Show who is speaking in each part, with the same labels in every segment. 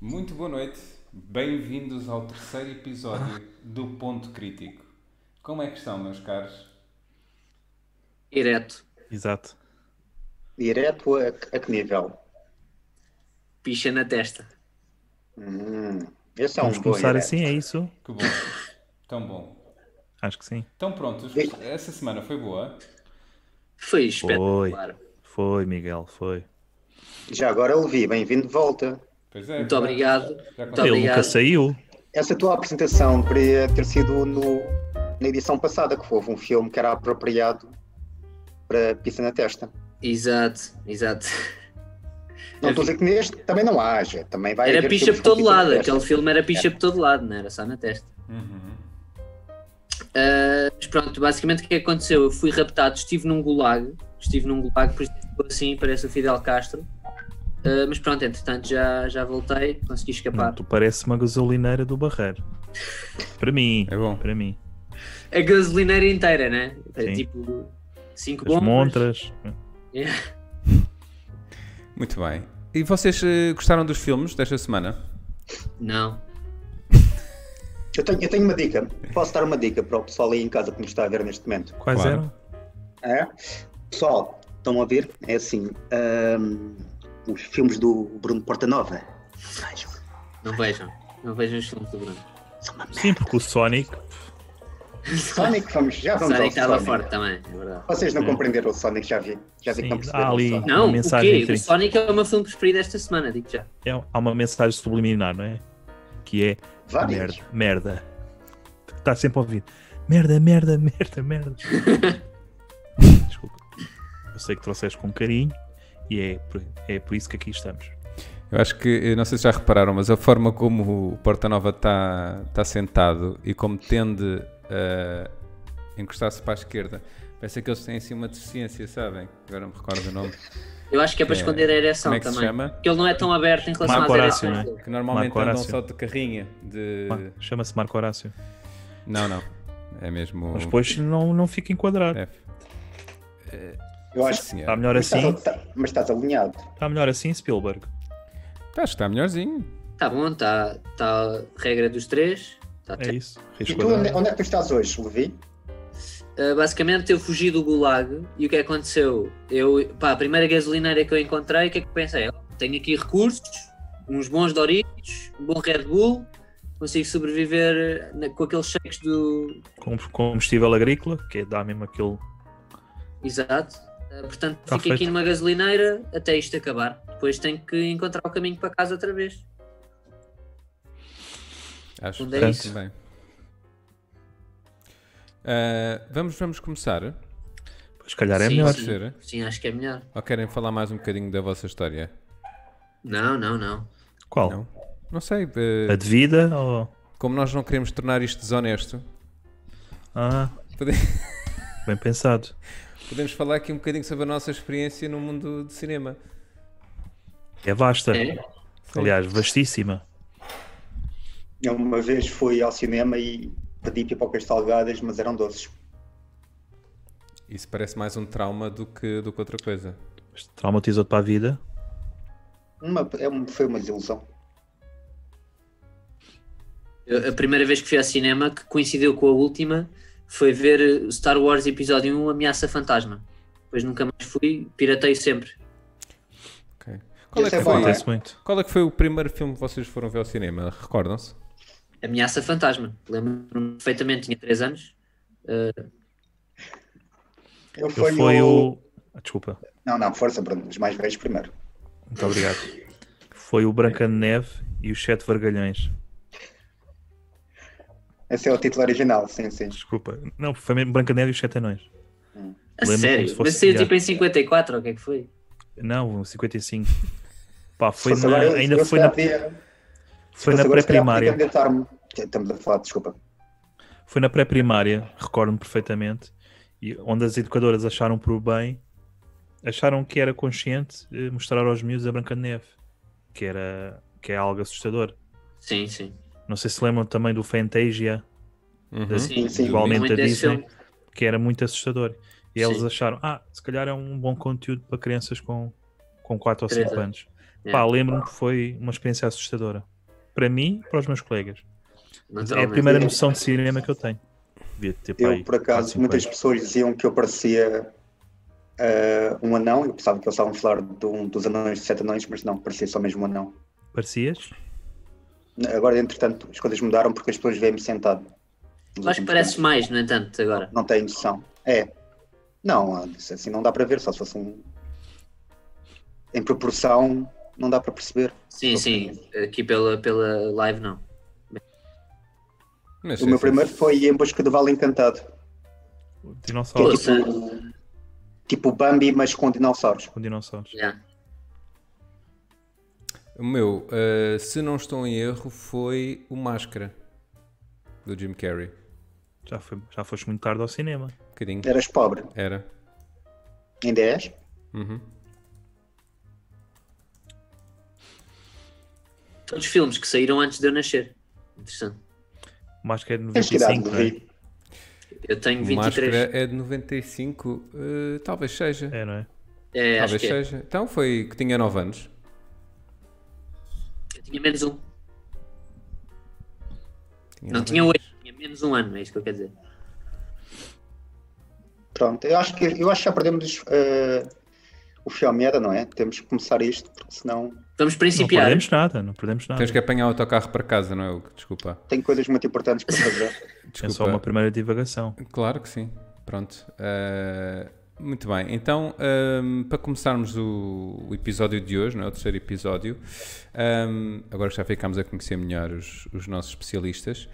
Speaker 1: Muito boa noite, bem-vindos ao terceiro episódio do Ponto Crítico. Como é que estão, meus caros?
Speaker 2: Direto.
Speaker 3: Exato.
Speaker 4: Direto a, a que nível?
Speaker 2: Picha na testa.
Speaker 4: Hum, esse é
Speaker 3: Vamos
Speaker 4: um bom
Speaker 3: começar
Speaker 4: direto.
Speaker 3: assim, é isso?
Speaker 1: Que bom, tão bom.
Speaker 3: Acho que sim.
Speaker 1: Estão prontos? Essa semana foi boa?
Speaker 2: Foi espetacular.
Speaker 3: Foi, Miguel, foi.
Speaker 4: Já agora eu vi, bem-vindo de volta.
Speaker 1: Pois é.
Speaker 2: Muito obrigado.
Speaker 1: Já
Speaker 4: Tá
Speaker 2: Muito
Speaker 1: conseguimos.
Speaker 2: obrigado.
Speaker 3: Ele nunca saiu.
Speaker 4: Essa tua apresentação deveria ter sido no- na edição passada, que houve um filme que era apropriado para pizza na testa.
Speaker 2: Exato, exato.
Speaker 4: Não estou a dizer que neste também não haja, também vai
Speaker 2: É Era
Speaker 4: haver
Speaker 2: picha
Speaker 4: filmes
Speaker 2: por
Speaker 4: com
Speaker 2: todo
Speaker 4: pizza na
Speaker 2: lado.
Speaker 4: testa.
Speaker 2: Aquele filme era picha por todo lado, não era só na testa. Ah,
Speaker 1: Uhum.
Speaker 2: Mas pronto, basicamente o que é que aconteceu? Eu fui raptado, estive num gulag, estive num gulag, por isso ficou assim, parece o Fidel Castro. Ah, mas pronto, entretanto já, já voltei, consegui escapar.
Speaker 3: Não, tu parece uma gasolineira do Barreiro. Para mim.
Speaker 1: É bom.
Speaker 3: Para mim.
Speaker 2: A gasolineira inteira, né? Era
Speaker 3: Sim.
Speaker 2: Tipo, cinco
Speaker 3: As
Speaker 2: bombas.
Speaker 3: montras.
Speaker 1: Muito bem. E vocês eh, gostaram dos filmes desta semana?
Speaker 2: Não. é-
Speaker 4: Eu tenho, eu tenho uma dica, posso dar uma dica para o pessoal aí em casa que nos está a ver neste momento.
Speaker 3: Quais
Speaker 1: Claro.
Speaker 3: eram?
Speaker 4: É? Pessoal, estão a ouvir? É assim, hum, os filmes do Bruno Portanova. Vejam,
Speaker 2: Não vejam. Não vejam os filmes do Bruno.
Speaker 4: são uma merda.
Speaker 3: Sim, porque o Sonic.
Speaker 4: Sonic, vamos, já vamos
Speaker 2: Sonic
Speaker 4: ao
Speaker 2: estava
Speaker 4: Sonic.
Speaker 2: forte também, é verdade.
Speaker 4: Vocês não
Speaker 3: É.
Speaker 4: compreenderam o Sonic, já vi. Já vi que não
Speaker 3: Sim,
Speaker 4: perceberam
Speaker 3: há ali
Speaker 4: o Sonic.
Speaker 2: Não, o
Speaker 3: mensagem
Speaker 2: quê? O
Speaker 3: diferente.
Speaker 2: Sonic é o meu filme preferido esta semana, digo já.
Speaker 3: É, há uma mensagem subliminar, não é? Que é
Speaker 4: Vários.
Speaker 3: merda, merda. Está sempre a ouvir. Merda, merda, merda, merda. Desculpa. Eu sei que trouxeste com carinho e é por, é por isso que aqui estamos.
Speaker 1: Eu acho que, eh, não sei se já repararam, mas a forma como o Porta Nova está tá sentado e como tende a encostar-se para a esquerda, parece que eles têm assim uma deficiência, sabem? Agora não me recordo o nome.
Speaker 2: Eu acho que é para
Speaker 1: É,
Speaker 2: esconder a ereção
Speaker 1: como é que se
Speaker 2: também.
Speaker 1: chama?
Speaker 2: Porque ele não é tão aberto em relação
Speaker 3: Marco
Speaker 2: às
Speaker 3: Horácio,
Speaker 2: ereções.
Speaker 3: não
Speaker 2: dele.
Speaker 1: Que normalmente
Speaker 3: Marco
Speaker 1: andam
Speaker 3: Horácio.
Speaker 1: só de carrinha. De...
Speaker 3: Ma- Chama-se Marco Horácio.
Speaker 1: Não, não. É mesmo.
Speaker 3: Mas depois não, não fica enquadrado.
Speaker 1: É.
Speaker 4: Eu
Speaker 1: Sim,
Speaker 4: acho que
Speaker 3: Está
Speaker 1: senhor.
Speaker 3: melhor
Speaker 4: mas estás,
Speaker 3: assim?
Speaker 4: tá- mas estás alinhado.
Speaker 3: Está melhor assim, Spielberg.
Speaker 1: Acho que está melhorzinho.
Speaker 2: Tá bom, tá, tá a regra dos três. Tá
Speaker 3: É isso. Raiz
Speaker 4: E tu, onde,
Speaker 3: quadrada.
Speaker 4: onde é que tu estás hoje, Levi?
Speaker 2: Uh, basicamente eu fugi do gulag e o que aconteceu? Eu, pá, a primeira gasolineira que eu encontrei, o que é que eu pensei? Oh, tenho aqui recursos, uns bons Doritos, um bom Red Bull, consigo sobreviver na- com aqueles cheques do.
Speaker 3: Com combustível agrícola, que é dá mesmo aquele.
Speaker 2: Exato. Uh, portanto,
Speaker 3: Tá
Speaker 2: fico aqui
Speaker 3: feito.
Speaker 2: numa gasolineira até isto acabar. Depois tenho que encontrar o caminho para casa outra vez.
Speaker 1: Acho
Speaker 2: Onde é
Speaker 1: que tá está
Speaker 3: isso?
Speaker 1: também. Ah, vamos, vamos começar.
Speaker 3: Se calhar é
Speaker 2: Sim,
Speaker 3: melhor.
Speaker 1: Pode ser?
Speaker 2: Sim, acho que é melhor.
Speaker 1: Ou querem falar mais um bocadinho da vossa história?
Speaker 2: Não, não, não.
Speaker 3: Qual?
Speaker 1: Não? Não sei. eh,
Speaker 3: A de vida ou.
Speaker 1: como nós não queremos tornar isto desonesto,
Speaker 3: Ah,
Speaker 1: pode-
Speaker 3: bem pensado.
Speaker 1: podemos falar aqui um bocadinho sobre a nossa experiência no mundo de cinema.
Speaker 3: É vasta.
Speaker 2: É?
Speaker 3: Aliás, vastíssima.
Speaker 4: Eu uma vez fui ao cinema e pedi pipocas salgadas, mas eram doces.
Speaker 1: Isso parece mais um trauma do que, do que outra coisa.
Speaker 3: Mas Traumatizou-te para a vida.
Speaker 4: Uma, é um- foi uma desilusão.
Speaker 2: Eu- A primeira vez que fui ao cinema, que coincidiu com a última, foi ver eh, Star Wars Episódio 1 Ameaça Fantasma. Depois nunca mais fui, piratei sempre.
Speaker 1: Ok. Qual, é
Speaker 4: Isso
Speaker 1: que
Speaker 4: é bom,
Speaker 1: foi,
Speaker 4: não é?
Speaker 3: Acontece muito.
Speaker 1: qual é que foi o primeiro filme que vocês foram ver ao cinema? Recordam-se?
Speaker 2: Ameaça Fantasma. Lembro-me perfeitamente, tinha 3 anos. Ah,
Speaker 4: Eu
Speaker 3: Eu
Speaker 4: fui
Speaker 3: fui
Speaker 4: o...
Speaker 3: o. Ah, Desculpa.
Speaker 4: Não, não, força, Bruno, os mais velhos primeiro.
Speaker 3: Muito obrigado. Foi o Branca de Neve e os Sete Vergalhões.
Speaker 4: Esse é o título original, sim, sim.
Speaker 3: Desculpa. Não, foi mesmo Branca de Neve e os Sete Anões.
Speaker 2: A
Speaker 3: Lembro-me como se
Speaker 2: sério?
Speaker 3: fosse
Speaker 2: Mas saiu
Speaker 3: já.
Speaker 2: tipo em 54, ou o que é que foi?
Speaker 3: Não, um 55. Pá, foi
Speaker 4: Fosse
Speaker 3: na-
Speaker 4: agora,
Speaker 3: ainda
Speaker 4: eu se
Speaker 3: foi na,
Speaker 4: calhar podia-
Speaker 3: foi
Speaker 4: fosse
Speaker 3: na
Speaker 4: agora, se calhar, podia
Speaker 3: pré-primária.
Speaker 4: candidatar-me. Estamos a falar, desculpa.
Speaker 3: Foi na pré-primária, recordo-me perfeitamente, e onde as educadoras acharam por bem, acharam que era consciente eh, mostrar aos miúdos a Branca de Neve, que, era, que é algo assustador.
Speaker 2: Sim, sim.
Speaker 3: Não sei se lembram também do Fantasia,
Speaker 1: Uhum.
Speaker 2: sim,
Speaker 4: sim.
Speaker 3: Igualmente
Speaker 2: Muito
Speaker 3: a
Speaker 2: desse
Speaker 3: Disney.
Speaker 2: filme.
Speaker 3: que era muito assustador. E eles
Speaker 2: Sim.
Speaker 3: acharam, ah, se calhar é um bom conteúdo para crianças com, com 4 ou
Speaker 2: Três
Speaker 3: 5 anos.
Speaker 2: É.
Speaker 3: Pá, lembro-me que foi uma experiência assustadora. para mim para os meus colegas. É a
Speaker 2: Naturalmente.
Speaker 3: primeira noção de cinema que eu tenho. Devia ter pá, aí
Speaker 4: Eu, por
Speaker 3: quatro,
Speaker 4: acaso,
Speaker 3: cinco
Speaker 4: muitas
Speaker 3: anos.
Speaker 4: pessoas diziam que eu parecia eh, um anão. Eu pensava que eles estavam a falar de um dos anões, de sete anões, mas não, parecia só mesmo um anão.
Speaker 3: Parecias?
Speaker 4: Agora, entretanto, as coisas mudaram porque as pessoas veem-me sentado. Nos
Speaker 2: Acho que
Speaker 4: últimos
Speaker 2: pareces
Speaker 4: tempos.
Speaker 2: mais, no entanto, agora.
Speaker 4: Não tem noção. É. Não, Anderson, assim não dá para ver, só se fosse um... Em proporção, não dá para perceber.
Speaker 2: Sim, sim. Aqui pela, pela live, não.
Speaker 1: Mas
Speaker 4: O
Speaker 1: sim,
Speaker 4: meu
Speaker 1: sim,
Speaker 4: primeiro foi Em Busca do Vale Encantado.
Speaker 3: O
Speaker 4: Que é
Speaker 3: Dinossauros.
Speaker 2: Poxa.
Speaker 4: tipo, tipo Bambi, mas com dinossauros.
Speaker 3: Com dinossauros.
Speaker 2: Yeah.
Speaker 1: O meu, eh, se não estou em erro, foi o Máscara do Jim Carrey.
Speaker 3: Já, foi, já foste muito tarde ao cinema.
Speaker 1: Um bocadinho.
Speaker 4: Eras pobre,
Speaker 1: Era.
Speaker 4: ainda és?
Speaker 1: Uhum.
Speaker 2: Todos os filmes que saíram antes de eu nascer. Interessante.
Speaker 3: Mais que é de
Speaker 4: Tens que idade,
Speaker 3: 95, não é?
Speaker 4: Levi?
Speaker 2: Eu tenho
Speaker 1: O
Speaker 2: 23.
Speaker 1: Máscara é de 95, eh, talvez seja.
Speaker 3: É, não é?
Speaker 2: É, acho
Speaker 1: talvez
Speaker 2: que é.
Speaker 1: seja. Então foi que tinha 9 anos.
Speaker 2: Eu tinha menos um. Não
Speaker 1: nove
Speaker 2: tinha
Speaker 1: anos.
Speaker 2: oito, tinha menos um ano, é isso que eu quero dizer.
Speaker 4: Pronto, eu acho que, eu acho que já perdemos eh, o fio à meada, não é? Temos que começar isto, porque senão
Speaker 2: Vamos
Speaker 3: Não
Speaker 2: principiar.
Speaker 3: perdemos nada, não perdemos nada.
Speaker 1: Tens que apanhar o autocarro para casa, não é? Hugo? Desculpa.
Speaker 4: tem coisas muito importantes para fazer.
Speaker 1: Desculpa.
Speaker 3: É só uma primeira divagação.
Speaker 1: Claro que sim. Pronto. Ah, muito bem. Então, ahm, para começarmos o, o episódio de hoje, não é? o terceiro episódio, ahm, agora que já ficámos a conhecer melhor os, os nossos especialistas,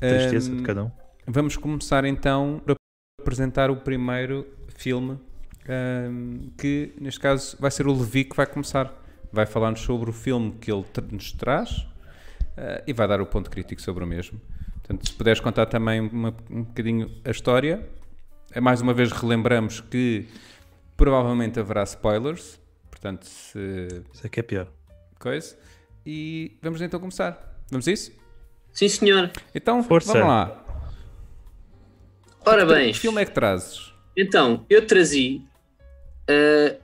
Speaker 1: Ehm,
Speaker 3: Tristeza
Speaker 1: ahm,
Speaker 3: de cada um.
Speaker 1: vamos começar então por apresentar o primeiro filme, ahm, que neste caso vai ser o Levi que vai começar. Vai falar-nos sobre o filme que ele tra- nos traz ah, e vai dar o ponto crítico sobre o mesmo. Portanto, se puderes contar também uma- um bocadinho a história, Eh, mais uma vez relembramos que provavelmente haverá spoilers, portanto, se
Speaker 3: Isso é que é pior.
Speaker 1: coisa. E vamos então começar. Vamos a isso?
Speaker 2: Sim, senhor.
Speaker 1: Então,
Speaker 3: Força.
Speaker 1: vamos lá.
Speaker 2: Ora
Speaker 1: Que
Speaker 2: bem,
Speaker 1: filme é que trazes?
Speaker 2: então, eu trazi eh,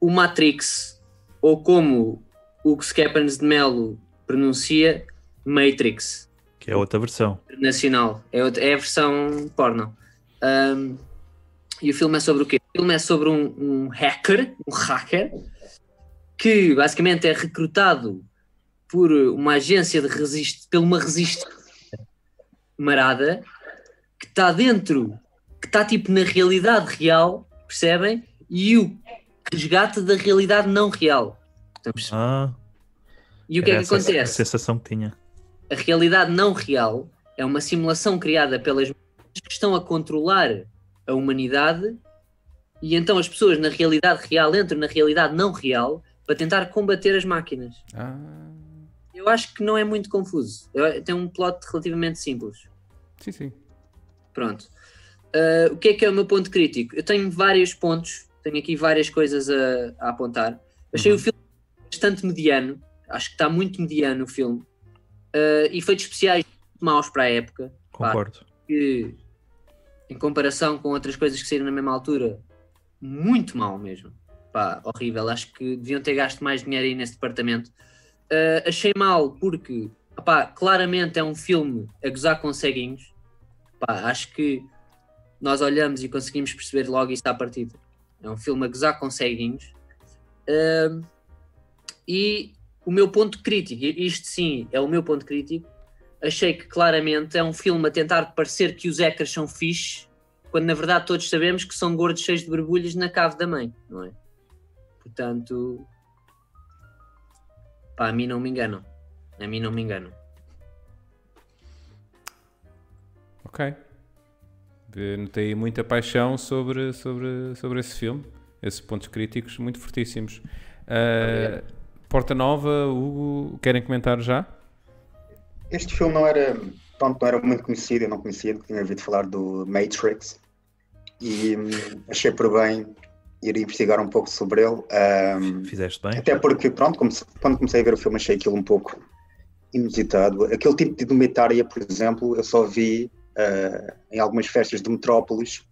Speaker 2: o Matrix, ou como o que Skeppens de Melo pronuncia, Matrix.
Speaker 3: Que é outra versão.
Speaker 2: internacional. É, outra- é a versão porno. Ahm, e o filme é sobre o quê? O filme é sobre um, um hacker, um hacker, que basicamente é recrutado por uma agência de resistência, por uma resistência marada, que está dentro, que está tipo na realidade real, percebem? E o resgate da realidade não real. Estamos-
Speaker 3: Ah,
Speaker 2: E o que é
Speaker 3: era
Speaker 2: que
Speaker 3: essa A
Speaker 2: acontece?
Speaker 3: sensação que tinha.
Speaker 2: a realidade não real é uma simulação criada pelas máquinas que estão a controlar a humanidade e então as pessoas na realidade real entram na realidade não real para tentar combater as máquinas.
Speaker 1: Ah,
Speaker 2: Eu acho que não é muito confuso. Eu- Tem um plot relativamente simples.
Speaker 1: sim, sim.
Speaker 2: Pronto. Ah, o que é que é o meu ponto crítico? Eu tenho vários pontos, tenho aqui várias coisas a, a apontar. Achei
Speaker 3: Uhum.
Speaker 2: o filme bastante mediano, acho que está muito mediano o filme. Ah, efeitos especiais maus para a época,
Speaker 3: Concordo.
Speaker 2: que em comparação com outras coisas que saíram na mesma altura, muito mal mesmo. Pá, horrível. Acho que deviam ter gasto mais dinheiro aí nesse departamento. Ah, achei mal porque, pá, claramente é um filme a gozar com ceguinhos. Pá, acho que nós olhamos e conseguimos perceber logo isso à partida. É um filme a gozar com ceguinhos. Ah, e o meu ponto crítico, e isto sim é o meu ponto crítico, achei que claramente é um filme a tentar parecer que os hackers são fixe, quando na verdade todos sabemos que são gordos cheios de borbulhas na cave da mãe, não é? Portanto, pá, a mim não me enganam. A mim não me enganam.
Speaker 1: Ok. Eh, Notei muita paixão sobre, sobre, sobre esse filme. Esses pontos críticos muito fortíssimos. Ah, Porta Nova, Hugo, querem comentar já?
Speaker 4: Este filme não era, pronto, não era muito conhecido, eu não conhecia, nunca tinha ouvido falar do Matrix. E hum, achei por bem ir investigar um pouco sobre ele. hum,
Speaker 3: Fizeste bem.
Speaker 4: Até porque, pronto, comece- quando comecei a ver o filme, achei aquilo um pouco inusitado. Aquele tipo de indumentária, por exemplo, eu só vi ah, em algumas festas de Metrópolis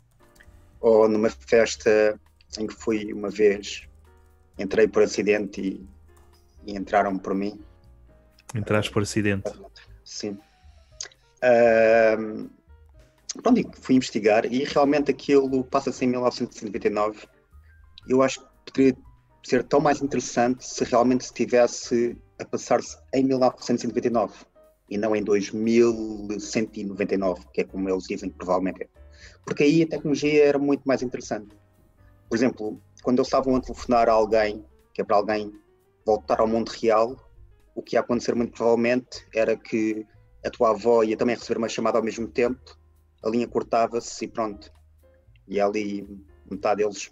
Speaker 4: ou numa festa em que fui uma vez, entrei por acidente e, e entraram por mim.
Speaker 3: Entraste por acidente.
Speaker 4: Sim. Ahm, pronto, e fui investigar e realmente aquilo passa-se em 1999. Eu acho que poderia ser tão mais interessante se realmente estivesse a passar-se em 1999 e não em 2199, que é como eles dizem que provavelmente é. Porque aí a tecnologia era muito mais interessante. Por exemplo, quando eles estavam a telefonar a alguém, que é para alguém voltar ao mundo real, o que ia acontecer muito provavelmente era que a tua avó ia também receber uma chamada ao mesmo tempo, a linha cortava-se e pronto. E ali metade deles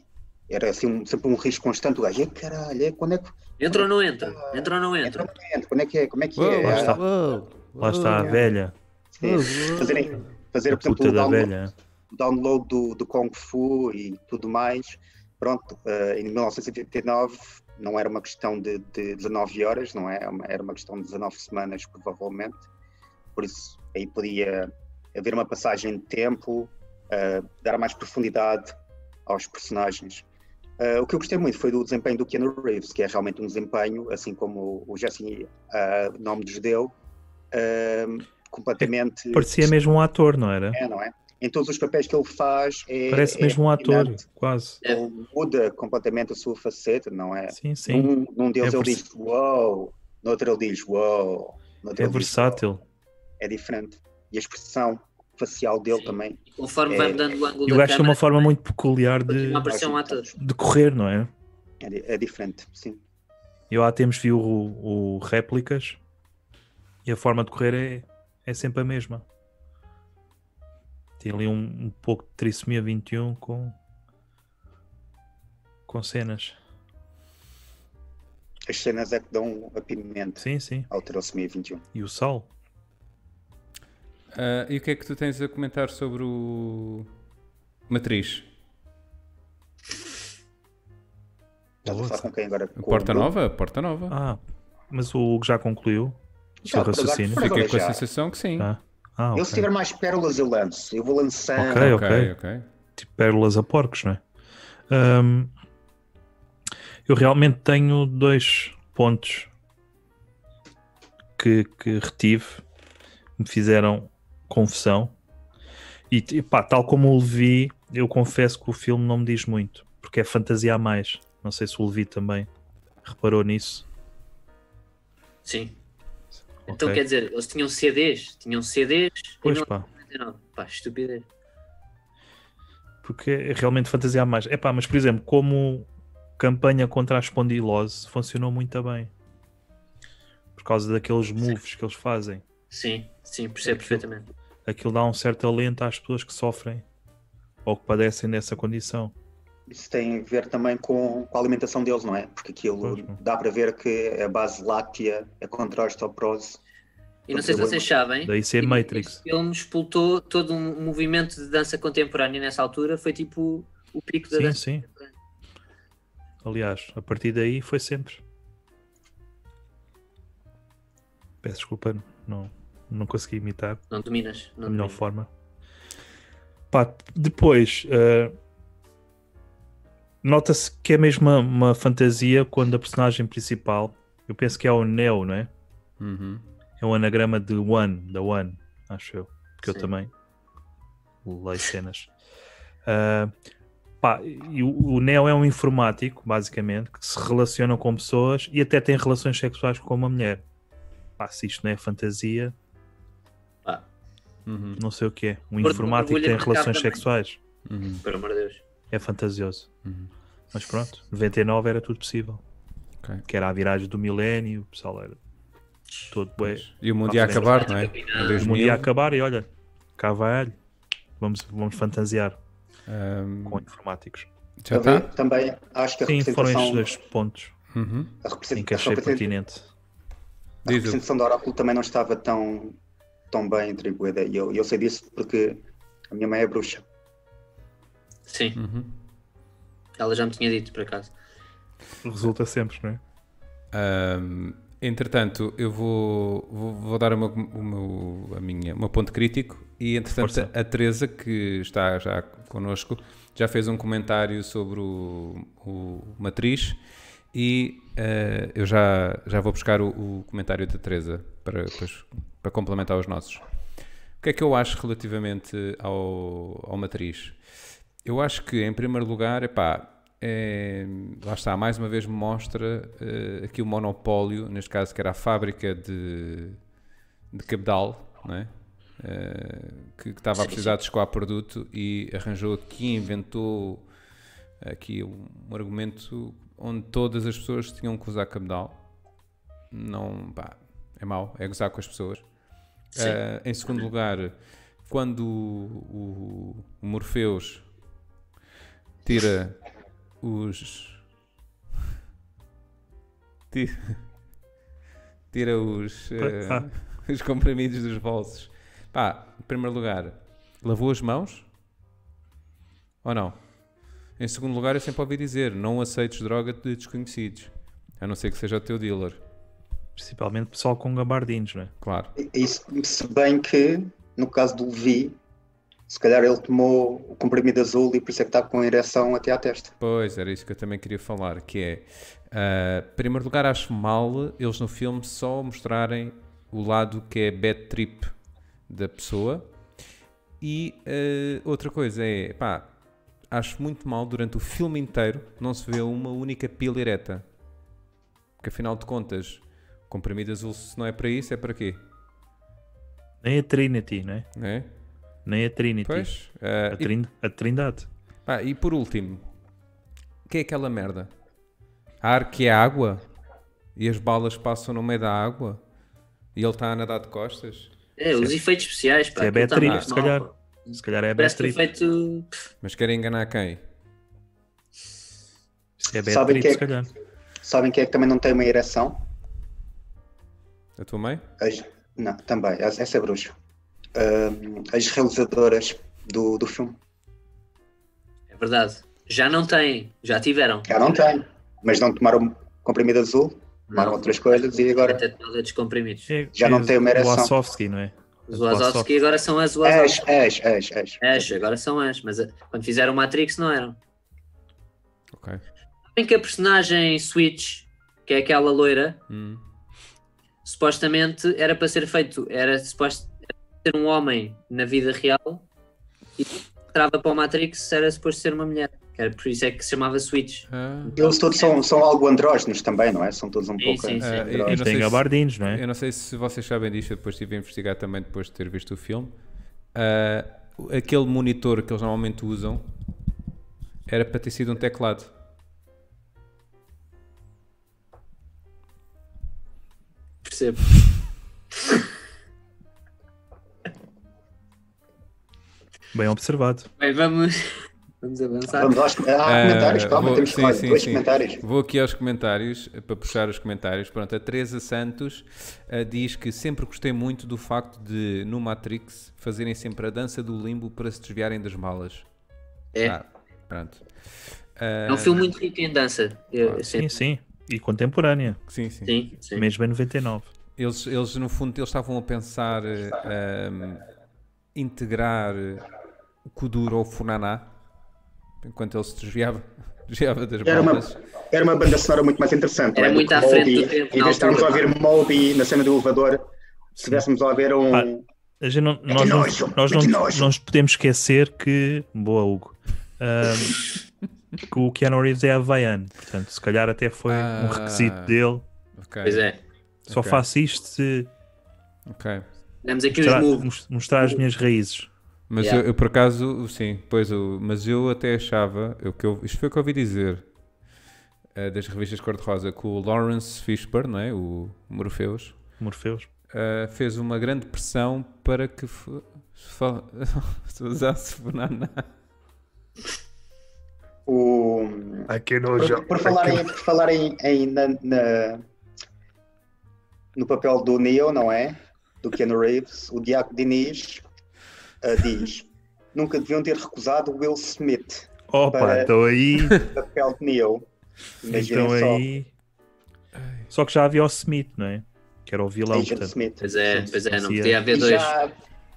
Speaker 4: era assim, um- sempre um risco constante. O gajo, "Ei, caralho, é, quando é que.
Speaker 2: Entra ou não entra? Entra ou não entra?
Speaker 4: Entra no momento, quando é que é? Como é que
Speaker 1: Uou,
Speaker 4: é?
Speaker 3: lá está.
Speaker 5: Uou,
Speaker 3: Lá está a
Speaker 5: uou,
Speaker 3: velha.
Speaker 5: uou,
Speaker 4: Sim. Fazerem- Fazer,
Speaker 3: A
Speaker 4: por exemplo,
Speaker 3: puta
Speaker 4: o
Speaker 3: da
Speaker 4: download,
Speaker 3: velha.
Speaker 4: o download do, do Kung Fu e tudo mais. Pronto, eh, em 1989 não era uma questão de, de 19 horas, não é? Uma- Era uma questão de 19 semanas, provavelmente. Por isso, aí podia haver uma passagem de tempo, eh, dar mais profundidade aos personagens. Eh, o que eu gostei muito foi do desempenho do Keanu Reeves, que é realmente um desempenho, assim como o Jesse, ah, nome dos deu, eh, completamente.
Speaker 3: Parecia mesmo um ator, não era?
Speaker 4: É, não é? Em todos os papéis que ele faz, é,
Speaker 3: Parece
Speaker 4: é
Speaker 3: mesmo um ator,
Speaker 4: fascinante.
Speaker 3: quase.
Speaker 2: É.
Speaker 4: Ele muda completamente a sua faceta, não é?
Speaker 3: Sim, sim.
Speaker 4: Num, num deles
Speaker 3: É
Speaker 4: ele
Speaker 3: vers-
Speaker 4: diz uau, no outro ele diz uau, no outro
Speaker 3: É
Speaker 4: ele diz,
Speaker 3: versátil.
Speaker 4: "Uau", é diferente. E a expressão facial dele
Speaker 2: Sim.
Speaker 4: também.
Speaker 2: E Conforme
Speaker 4: É.
Speaker 2: vai mudando o ângulo
Speaker 3: E o
Speaker 2: da
Speaker 3: gajo tem
Speaker 2: câmera,
Speaker 3: uma forma muito peculiar de,
Speaker 2: continua a aparecer um ator.
Speaker 3: de correr, não é?
Speaker 4: assim, É, di- é diferente, sim.
Speaker 3: Eu há tempos vi o, o réplicas e a forma de correr é, é sempre a mesma. Tem ali um, um pouco de trissomia 21 com, com cenas.
Speaker 4: As cenas é que dão a pimenta
Speaker 3: Sim, sim.
Speaker 4: ao Terosmia 21.
Speaker 3: E o sal.
Speaker 1: Ah, e o que é que tu tens a comentar sobre o Matriz?
Speaker 4: Estás a falar com quem agora? Com
Speaker 1: Porta
Speaker 4: Hugo?
Speaker 1: Nova? Porta Nova.
Speaker 3: Ah, mas o Hugo já concluiu o seu
Speaker 4: Já, por agora
Speaker 3: raciocínio.
Speaker 4: foi.
Speaker 1: Fiquei
Speaker 4: agora
Speaker 1: com a
Speaker 4: já.
Speaker 1: sensação que sim.
Speaker 3: Ah, ah,
Speaker 4: Eu, se
Speaker 3: ok.
Speaker 4: tiver mais pérolas, eu lanço. Eu vou lançando.
Speaker 3: Ok, ok.
Speaker 1: ok, ok.
Speaker 3: tipo pérolas a porcos, não é? Ahm, eu realmente tenho dois pontos que, que retive, que me fizeram confusão. E t- pá, tal como o Levi, eu confesso que o filme não me diz muito, porque é fantasia a mais. Não sei se o Levi também reparou nisso.
Speaker 2: Sim. Então
Speaker 3: Ok.
Speaker 2: quer dizer, eles tinham CDs, tinham CDs
Speaker 3: Pois
Speaker 2: em
Speaker 3: pá,
Speaker 2: 99. é Pá, estupidez.
Speaker 3: porque é realmente fantasia a mais. É pá, mas por exemplo, como campanha contra a espondilose funcionou muito bem. Por causa daqueles moves que eles fazem.
Speaker 2: Sim, sim, percebo
Speaker 3: É
Speaker 2: perfeitamente.
Speaker 3: aquilo dá um certo alento às pessoas que sofrem ou que padecem dessa condição.
Speaker 4: Isso tem a ver também com, com a alimentação deles, não é? Porque aquilo
Speaker 3: Pois, não.
Speaker 4: dá para ver que a base láctea é contra a osteoporose.
Speaker 2: E não sei se vocês sabem.
Speaker 3: Daí ser
Speaker 2: e
Speaker 3: Matrix.
Speaker 2: Este filme expultou todo um movimento de dança contemporânea nessa altura. Foi tipo o pico da
Speaker 3: Sim,
Speaker 2: dança.
Speaker 3: sim. Aliás, a partir daí foi sempre. Peço desculpa, não, não consegui imitar
Speaker 2: Não dominas.
Speaker 3: da
Speaker 2: Não
Speaker 3: melhor
Speaker 2: dominas.
Speaker 3: forma. Pá, depois eh, nota-se que é mesmo uma, uma fantasia quando a personagem principal, eu penso que é o Neo, não é?
Speaker 1: Uhum.
Speaker 3: É um anagrama de One, da One, acho eu. Porque
Speaker 2: Sim.
Speaker 3: eu também leio cenas. Ah, pá, e o, o Neo é um informático, basicamente, que se relaciona com pessoas e até tem relações sexuais com uma mulher. Pá, se isto não é fantasia,
Speaker 2: Pá,
Speaker 1: Uhum.
Speaker 3: não sei o que é. Um
Speaker 2: Porto
Speaker 3: informático
Speaker 2: mergulha
Speaker 3: tem
Speaker 2: no mercado
Speaker 3: relações
Speaker 2: também.
Speaker 3: sexuais.
Speaker 1: Uhum.
Speaker 2: pelo amor de Deus.
Speaker 3: É fantasioso.
Speaker 1: Uhum.
Speaker 3: Mas pronto, 99 era tudo possível.
Speaker 1: Ok.
Speaker 3: Que era a viragem do milénio, o pessoal era todo bué,
Speaker 1: E o mundo ia
Speaker 3: Pá, se
Speaker 1: acabar, não é?
Speaker 2: bem.
Speaker 1: Em
Speaker 3: O
Speaker 1: 2000.
Speaker 3: mundo ia acabar e olha, cá vai. Vamos, vamos fantasiar
Speaker 1: Ahm,
Speaker 3: com informáticos.
Speaker 1: ah, já tá?
Speaker 4: também,
Speaker 1: está?
Speaker 4: também acho que a
Speaker 3: Sim, foram estes
Speaker 4: representação,
Speaker 3: dois pontos
Speaker 1: Uhum.
Speaker 4: a
Speaker 3: em que
Speaker 4: representa- a
Speaker 3: achei
Speaker 4: representa-
Speaker 3: pertinente.
Speaker 4: a
Speaker 1: Diz-o.
Speaker 4: representação da Oráculo também não estava tão, tão bem atribuída. E eu, eu sei disso porque a minha mãe é bruxa.
Speaker 2: Sim,
Speaker 1: Uhum.
Speaker 2: ela já me tinha dito, por acaso.
Speaker 3: Resulta sempre, não é?
Speaker 1: Ahm, entretanto, eu vou, vou, vou dar o meu, o meu- a minha, o meu ponto crítico e, entretanto,
Speaker 3: Força.
Speaker 1: a Teresa, que está já connosco, já fez um comentário sobre o, o Matriz E eh, eu já, já vou buscar o, o comentário da Teresa para, depois- para complementar os nossos. O que é que eu acho relativamente ao, ao Matriz? Eu acho que, em primeiro lugar, epá, é, lá está, mais uma vez mostra eh, aqui o monopólio, neste caso que era a fábrica de, de cabedal, não é? Eh, que, que estava a precisar de escoar produto e arranjou aqui, inventou aqui um, um argumento onde todas as pessoas tinham que usar cabedal. Não, pá, é mau, é gozar com as pessoas.
Speaker 2: Sim.
Speaker 1: Eh, em segundo lugar, quando o, o- o Morpheus tira os. ti- Tira os, eh,
Speaker 3: Ah.
Speaker 1: os comprimidos dos bolsos. Pá, em primeiro lugar, lavou as mãos? Ou não? Em segundo lugar, eu sempre ouvi dizer: não aceites droga de desconhecidos. A não ser que seja o teu dealer,
Speaker 3: Principalmente pessoal com gabardinos, né?
Speaker 1: claro.
Speaker 4: E- Isso, se bem que, no caso do Vi, se calhar ele tomou o comprimido azul e por isso é que está com a ereção até à testa.
Speaker 1: Pois, era isso que eu também queria falar, que é, ah, em primeiro lugar, acho mal eles no filme só mostrarem o lado que é bad trip da pessoa. E ah, outra coisa é, pá, acho muito mal durante o filme inteiro não se vê uma única pila ereta. Porque afinal de contas, comprimido azul, se não é para isso, é para quê?
Speaker 3: Nem a Trinity, né?
Speaker 1: Né?
Speaker 3: Nem a Trinity.
Speaker 1: Pois, ah,
Speaker 3: A,
Speaker 1: e
Speaker 3: trin a Trindade.
Speaker 1: Ah, e por último, o que é aquela merda? Ar que é água? E as balas passam no meio da água? E ele está a nadar de costas?
Speaker 2: É, os efeitos especiais, pá.
Speaker 3: Se é
Speaker 2: aquilo tá
Speaker 3: Beatriz,
Speaker 2: muito
Speaker 3: se
Speaker 2: mal,
Speaker 3: calhar.
Speaker 2: pá.
Speaker 3: Se calhar é a
Speaker 2: Parece que
Speaker 3: Beatriz.
Speaker 2: foi feito.
Speaker 1: Mas querem enganar quem?
Speaker 3: Se é a
Speaker 4: Sabem
Speaker 3: Beatriz,
Speaker 4: que é-
Speaker 3: se calhar.
Speaker 4: Sabem quem é que também não tem uma ereção?
Speaker 1: A tua mãe?
Speaker 4: As- Não, também, essa essa é bruxa. Ahm, as realizadoras do, do filme.
Speaker 2: É verdade. Já não têm, já tiveram.
Speaker 4: Já não têm, mas não tomaram comprimido azul, tomaram outras coisas e agora.
Speaker 2: Até todos descomprimidos.
Speaker 3: É-
Speaker 4: Já não tem uma ereção.
Speaker 3: O Wasowski, não é?
Speaker 2: Os Wazowski agora são as
Speaker 4: As,
Speaker 2: Wazowski.
Speaker 4: as, as, as.
Speaker 2: Ash, agora são as, mas eh, quando fizeram Matrix não eram.
Speaker 1: Ok.
Speaker 2: Sabem que a personagem Switch, que é aquela loira,
Speaker 1: Hum.
Speaker 2: supostamente era para ser feito, era suposto era para ser um homem na vida real e trava para o Matrix era suposto ser uma mulher. Que Era por isso é que se chamava Switch.
Speaker 1: Ah,
Speaker 4: Eles todos são, são algo andrógenos também, não é? São todos um
Speaker 2: Sim,
Speaker 4: pouco.
Speaker 2: sim, sim.
Speaker 1: Ah, eu-
Speaker 3: E
Speaker 1: não
Speaker 4: andrógenos.
Speaker 1: sei
Speaker 3: tem
Speaker 1: se-
Speaker 3: gabardinos, não é?
Speaker 1: eu não sei se vocês sabem disto, eu depois estive a investigar também depois de ter visto o filme. Ah, aquele monitor que eles normalmente usam era para ter sido um teclado.
Speaker 2: Percebo.
Speaker 3: Bem observado.
Speaker 2: Bem, vamos, vamos avançar.
Speaker 4: Vamos aos, ah, há
Speaker 1: Ah,
Speaker 4: comentários, calma,
Speaker 1: vou-
Speaker 4: temos
Speaker 1: sim,
Speaker 4: que falar
Speaker 1: sim,
Speaker 4: dois
Speaker 1: sim.
Speaker 4: comentários.
Speaker 1: Vou aqui aos comentários eh, para puxar os comentários. Pronto, a Teresa Santos eh, diz que sempre gostei muito do facto de, no Matrix, fazerem sempre a dança do limbo para se desviarem das malas.
Speaker 2: É.
Speaker 1: Ah, pronto.
Speaker 2: É um filme muito rico em dança. Eu, eu
Speaker 3: Sim,
Speaker 2: sinto.
Speaker 3: sim. E contemporânea.
Speaker 1: Sim, sim.
Speaker 2: Sim, sim.
Speaker 3: Mesmo em 99.
Speaker 1: Eles, eles, no fundo, eles estavam a pensar eh, ahm, integrar eh, o Kuduro ou o Funaná, enquanto ele se desviava, desviava das
Speaker 4: Era uma-
Speaker 1: malas.
Speaker 4: Era uma banda sonora muito mais interessante.
Speaker 2: Era
Speaker 4: não é?
Speaker 2: muito
Speaker 4: Do
Speaker 2: à
Speaker 4: que
Speaker 2: frente do
Speaker 4: Moby.
Speaker 2: tempo,
Speaker 4: Em vez de
Speaker 2: na
Speaker 4: estarmos a
Speaker 2: altura.
Speaker 4: ouvir Moby na cena do elevador, se estivéssemos a ouvir um.
Speaker 3: Pá, A gente não-
Speaker 1: É
Speaker 3: nós, não,
Speaker 4: nojo,
Speaker 3: nós,
Speaker 4: que
Speaker 3: não,
Speaker 4: nojo.
Speaker 3: não nos podemos esquecer que. Boa, Hugo. Ahm, que o Keanu Reeves é havaiano. Portanto, se calhar até foi um
Speaker 1: Ah.
Speaker 3: requisito dele.
Speaker 1: Ok,
Speaker 2: Pois é.
Speaker 3: Só
Speaker 1: Ok.
Speaker 3: faço isto se
Speaker 1: ok.
Speaker 2: Damos aqui uns
Speaker 3: mostrar,
Speaker 2: moves.
Speaker 3: mos- mostrar as minhas raízes.
Speaker 1: Mas
Speaker 2: Yeah.
Speaker 1: eu, eu, por acaso, sim, pois o, mas eu até achava, eu, que eu, isto foi o que eu ouvi dizer eh, das revistas Cor-de-Rosa, que o Lawrence Fishburne, não é? o Morpheus,
Speaker 3: Morfeus.
Speaker 1: eh, fez uma grande pressão para que fo- se fa- se usasse banana.
Speaker 4: o...
Speaker 3: Aqui
Speaker 4: Por, por falar, em, por falar em, em- na, na- no papel do Neo, não é? Do Keanu Reeves, o Diaco Diniz ah, diz nunca deviam ter recusado o Will Smith
Speaker 3: Opa,
Speaker 4: para-
Speaker 3: estou aí.
Speaker 4: no papel de Neo. Imaginem
Speaker 3: Então
Speaker 4: só,
Speaker 3: aí. Só que já havia o Smith, não é? Que era o vilão.
Speaker 4: Agent
Speaker 3: Portanto,
Speaker 4: Smith.
Speaker 2: Pois é, pois é, não
Speaker 3: Sim,
Speaker 2: podia
Speaker 3: é.
Speaker 2: haver
Speaker 4: E
Speaker 2: dois.
Speaker 4: já, e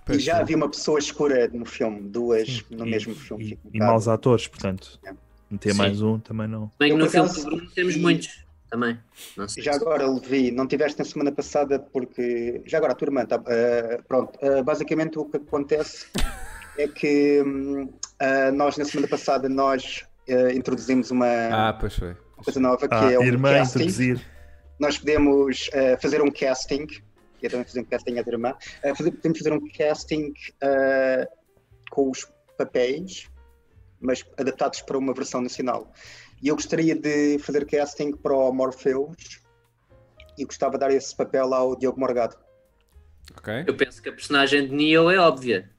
Speaker 1: Pois
Speaker 4: já
Speaker 1: não.
Speaker 4: havia uma pessoa escura no filme, duas no
Speaker 3: e-
Speaker 4: mesmo filme.
Speaker 3: E,
Speaker 4: fica um
Speaker 3: e
Speaker 4: bocado-
Speaker 3: maus atores, portanto.
Speaker 4: É.
Speaker 3: Meter
Speaker 2: Sim.
Speaker 3: mais um também não.
Speaker 2: Bem que
Speaker 4: Eu,
Speaker 2: no
Speaker 4: por
Speaker 2: filme
Speaker 4: acaso,
Speaker 2: do Bruno temos
Speaker 4: vi-
Speaker 2: muitos. também. Não sei
Speaker 4: Já
Speaker 2: se-
Speaker 4: agora, Levi, não tiveste na semana passada porque. Já agora, a tua irmã tá- ah, pronto, ah, basicamente o que acontece é que hum, ah, nós, na semana passada, nós ah, introduzimos uma
Speaker 2: É.
Speaker 1: Ah, pois foi.
Speaker 4: coisa nova que
Speaker 3: Ah,
Speaker 4: é um
Speaker 3: irmã
Speaker 4: casting.
Speaker 3: introduzir.
Speaker 4: Nós podemos ah, fazer um casting. Eu também fazer um casting à tua irmã. Ah, fazer- podemos fazer um casting ah, com os papéis, mas adaptados para uma versão nacional. E eu gostaria de fazer casting para o Morpheus e gostava de dar esse papel ao Diogo Morgado.
Speaker 1: Ok.
Speaker 2: Eu penso que a personagem de Neo é óbvia.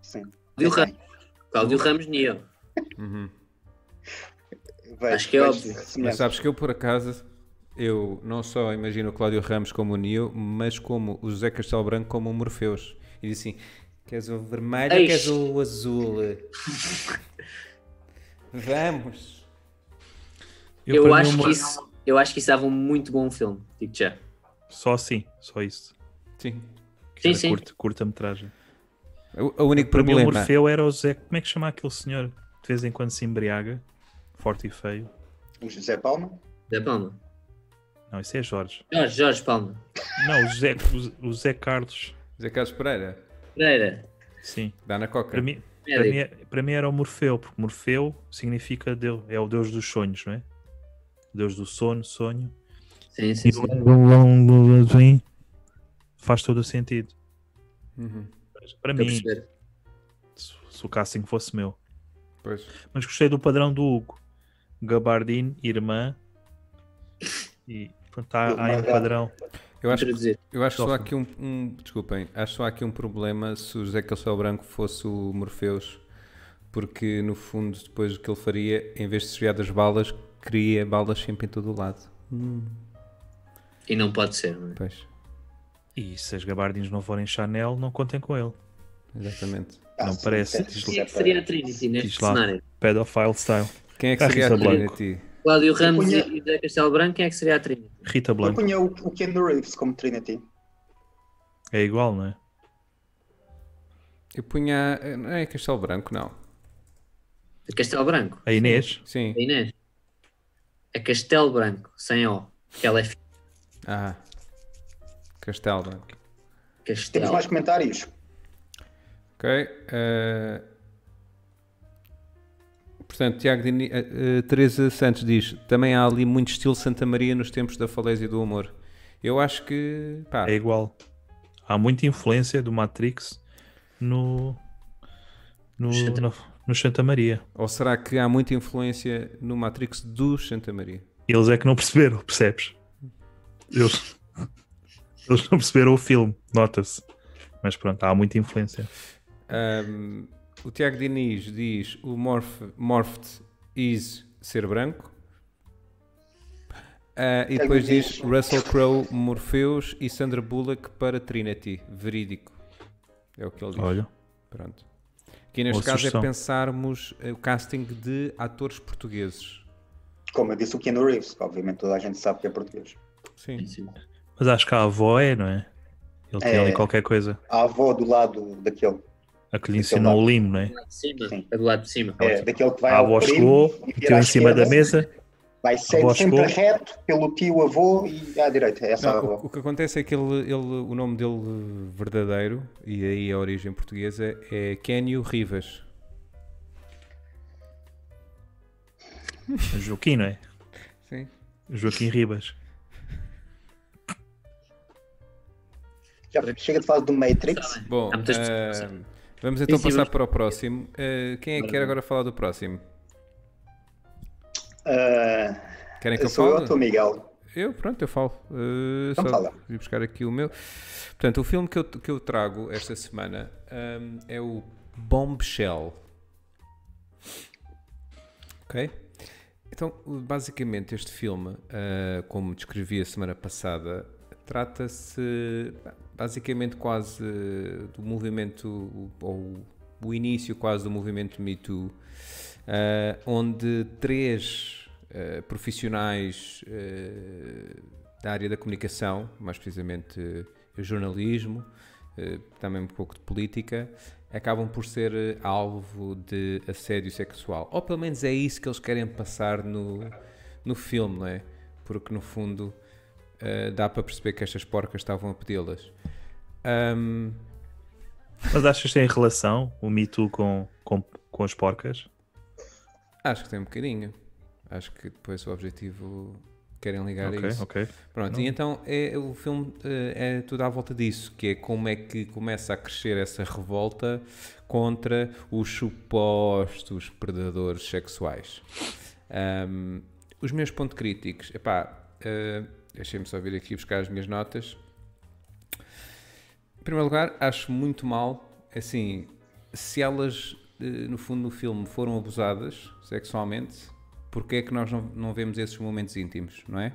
Speaker 4: Sim.
Speaker 2: Cláudio Ramos. Cláudio Ramos, Neo.
Speaker 1: Uhum.
Speaker 4: Vejo-
Speaker 2: Acho que é
Speaker 4: vejo
Speaker 2: óbvio.
Speaker 1: Mas
Speaker 4: semelhança.
Speaker 1: sabes que eu, por acaso, eu não só imagino o Cláudio Ramos como o Neo, mas como o José Castelo Branco como o Morfeus. E diz assim: queres o vermelho ou
Speaker 2: Eish.
Speaker 1: queres o azul? Vamos!
Speaker 2: Eu,
Speaker 3: para mim,
Speaker 2: acho
Speaker 3: uma-
Speaker 2: que isso, eu acho que isso dava um muito bom filme. Digo já.
Speaker 3: Só assim, só isso.
Speaker 1: Sim.
Speaker 2: Sim,
Speaker 3: Era
Speaker 2: sim.
Speaker 3: curta- Curta-metragem.
Speaker 1: O, o único
Speaker 3: Para mim, o
Speaker 1: problema.
Speaker 3: Morfeu era o Zé. Como é que chama aquele senhor? que De vez em quando se embriaga, forte e feio.
Speaker 4: O José Palma.
Speaker 2: Zé Palma.
Speaker 3: Não, isso é Jorge.
Speaker 2: Jorge, Jorge Palma.
Speaker 3: Não, o Zé, o- o Zé Carlos.
Speaker 1: José Carlos Pereira,
Speaker 2: Pereira.
Speaker 3: Sim.
Speaker 1: dá na coca.
Speaker 3: Para mim, para,
Speaker 2: Médico.
Speaker 3: mim, é- para mim era o Morfeu, porque Morfeu significa Deus, é o Deus dos sonhos, não é? Deus do sono, sonho.
Speaker 1: é
Speaker 2: Sim, sim,
Speaker 3: E
Speaker 1: um
Speaker 2: sim.
Speaker 3: longo assim faz todo o sentido.
Speaker 1: Uhum.
Speaker 3: Mas Para
Speaker 2: Estou a
Speaker 3: mim,
Speaker 2: perceber.
Speaker 3: se, se o casting fosse meu.
Speaker 1: Pois.
Speaker 3: Mas gostei do padrão do Hugo. Gabardine, irmã. E pronto, há, há aí um padrão.
Speaker 1: Eu acho,
Speaker 2: Introduzir.
Speaker 1: eu acho só
Speaker 3: Sofre.
Speaker 1: aqui um, um- Desculpem, acho só aqui um problema se o José Castelo Branco fosse o Morfeus, porque no fundo, depois o que ele faria, em vez de desviar das balas, cria balas sempre em todo o lado.
Speaker 2: E não pode ser, não é?
Speaker 1: Pois,
Speaker 3: E se as gabardines não forem Chanel, não contem com ele.
Speaker 1: exatamente.
Speaker 4: Ah,
Speaker 3: Não
Speaker 4: sim,
Speaker 3: parece.
Speaker 4: tem-
Speaker 2: Quem é
Speaker 4: José
Speaker 2: que seria a
Speaker 4: Palma.
Speaker 2: Trinity neste
Speaker 3: Diz lá.
Speaker 2: cenário?
Speaker 3: Pedophile style.
Speaker 1: Quem é que
Speaker 3: Ah,
Speaker 1: seria a
Speaker 3: Rita Blanco.
Speaker 1: Trinity?
Speaker 2: Cláudio Ramos
Speaker 4: punha-
Speaker 2: e Zé Castelo Branco, quem é que seria a Trinity?
Speaker 3: Rita
Speaker 4: Eu
Speaker 3: Blanco.
Speaker 4: punha o, o Ken Reeves como Trinity.
Speaker 3: É igual, não é?
Speaker 1: Eu punha. Não é Castelo Branco, não.
Speaker 2: A Castelo Branco.
Speaker 3: A Inês.
Speaker 1: Sim.
Speaker 2: A Inês. A Castelo Branco, sem O. Que ela é filha
Speaker 1: Ah. Castelo Branco.
Speaker 2: de
Speaker 4: Temos
Speaker 2: Castelo.
Speaker 4: mais comentários?
Speaker 1: Ok. eh, Portanto, Tiago Dini, eh, eh, Teresa Santos diz: também há ali muito estilo Santa Maria nos tempos da falésia do amor. Eu acho que. Pá,
Speaker 3: É igual. Há muita influência do Matrix no. no,
Speaker 2: Santa-
Speaker 3: no, no Santa Maria.
Speaker 1: Ou será que há muita influência no Matrix do Santa Maria?
Speaker 3: Eles é que não perceberam, percebes? Eles, eles não perceberam o filme, nota-se. Mas pronto, há muita influência.
Speaker 1: Ahm, o Tiago Diniz diz: o morph, morphed is ser branco. Ah, e depois diz Russell Crowe, Morpheus e Sandra Bullock para Trinity. Verídico. É o que ele diz.
Speaker 3: Olha.
Speaker 1: Pronto. Aqui neste
Speaker 3: Boa
Speaker 1: caso
Speaker 3: sugestão.
Speaker 1: é pensarmos eh, o casting de atores portugueses.
Speaker 4: Como eu disse, o Ken Reeves. Obviamente toda a gente sabe que é português.
Speaker 1: Sim.
Speaker 3: Mas acho que a avó é, não é? Ele tem
Speaker 4: É.
Speaker 3: ali qualquer coisa.
Speaker 4: A avó do lado daquele.
Speaker 3: A que lhe
Speaker 4: Daquele
Speaker 3: ensinou
Speaker 4: lado.
Speaker 3: o limo, não é?
Speaker 2: Lá de cima.
Speaker 4: Sim.
Speaker 2: A do lado de cima.
Speaker 4: É, daquele que Então vai
Speaker 3: A
Speaker 4: ao
Speaker 3: avó
Speaker 4: primo
Speaker 3: chegou,
Speaker 4: e vira
Speaker 3: meteu
Speaker 4: à
Speaker 3: em cima da
Speaker 4: esquerda,
Speaker 3: mesa.
Speaker 4: Vai
Speaker 3: avó
Speaker 4: sendo sempre
Speaker 3: chegou.
Speaker 4: reto pelo tio avô e à direita. É essa a
Speaker 1: Não,
Speaker 4: avó.
Speaker 1: o, o que acontece é que ele, ele- o nome dele verdadeiro, e aí a origem portuguesa, é Kenio Rivas.
Speaker 3: Joaquim, não é?
Speaker 1: Sim.
Speaker 3: Joaquim Ribas.
Speaker 4: Já chega de falar do Matrix.
Speaker 1: Bom,
Speaker 2: Há muitas
Speaker 1: ah,
Speaker 2: pessoas que não
Speaker 1: vamos então
Speaker 2: Sim, sim,
Speaker 1: passar
Speaker 2: vamos-
Speaker 1: para o próximo. Ah, quem é que quer agora falar do próximo?
Speaker 4: Ah,
Speaker 1: Querem que eu
Speaker 4: sou eu,
Speaker 1: fale?
Speaker 4: estou Miguel.
Speaker 1: Eu, pronto, eu falo. Uh,
Speaker 4: Então
Speaker 1: só
Speaker 4: fala.
Speaker 1: vim buscar aqui o meu. Portanto, o filme que eu, que eu trago esta semana hum, é o Bombshell. Ok? Então, basicamente, este filme, ah, como descrevi a semana passada, trata-se ba- basicamente quase do movimento, ou o início quase do movimento Me Too, ah, onde três ah, profissionais ah, da área da comunicação, mais precisamente eh, jornalismo, eh, também um pouco de política, acabam por ser eh, alvo de assédio sexual. Ou pelo menos é isso que eles querem passar no, no filme, não é? porque no fundo eh, dá para perceber que estas porcas estavam a pedi-las. Ahm,
Speaker 3: Mas achas que tem relação o Me Too com, com, com as porcas?
Speaker 1: acho que tem um bocadinho. Acho que depois o objetivo querem ligar
Speaker 3: ok,
Speaker 1: a É isso.
Speaker 3: ok.
Speaker 1: Pronto, e então é, o filme eh, é tudo à volta disso, que é como é que começa a crescer essa revolta contra os supostos predadores sexuais. Ahm, os meus pontos críticos, epá, eh, deixem-me só vir aqui buscar as minhas notas. Em primeiro lugar, acho muito mal, assim, se elas, eh, no fundo do filme, foram abusadas sexualmente, porque é que nós não, não vemos esses momentos íntimos, não é?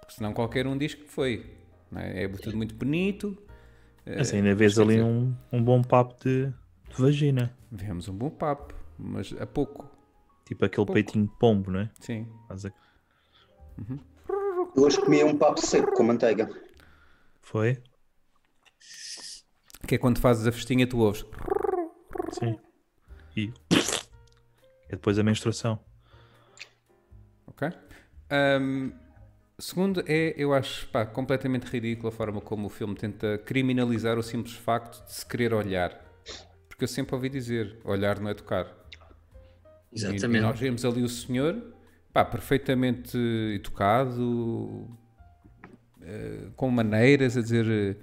Speaker 1: Porque senão qualquer um diz que foi. não é? É tudo muito bonito,
Speaker 3: Mas ainda vês
Speaker 1: quer
Speaker 3: ali
Speaker 1: dizer-
Speaker 3: um, um bom papo de, de vagina.
Speaker 1: vemos um bom papo, mas a pouco,
Speaker 3: Tipo aquele peitinho de pombo, não é?
Speaker 1: sim.
Speaker 3: Faz a-
Speaker 4: Eu hoje comi um papo seco com manteiga.
Speaker 3: Foi?
Speaker 1: Que é quando fazes a festinha, tu ouves.
Speaker 3: Sim. E é depois a menstruação.
Speaker 1: Ok? Ahm, segundo é, eu acho pá, completamente ridícula a forma como o filme tenta criminalizar o simples facto de se querer olhar. Porque eu sempre ouvi dizer, olhar não é tocar. E- E,
Speaker 2: Exatamente.
Speaker 1: nós vemos ali o senhor, pá, perfeitamente educado, eh, com maneiras a dizer eh,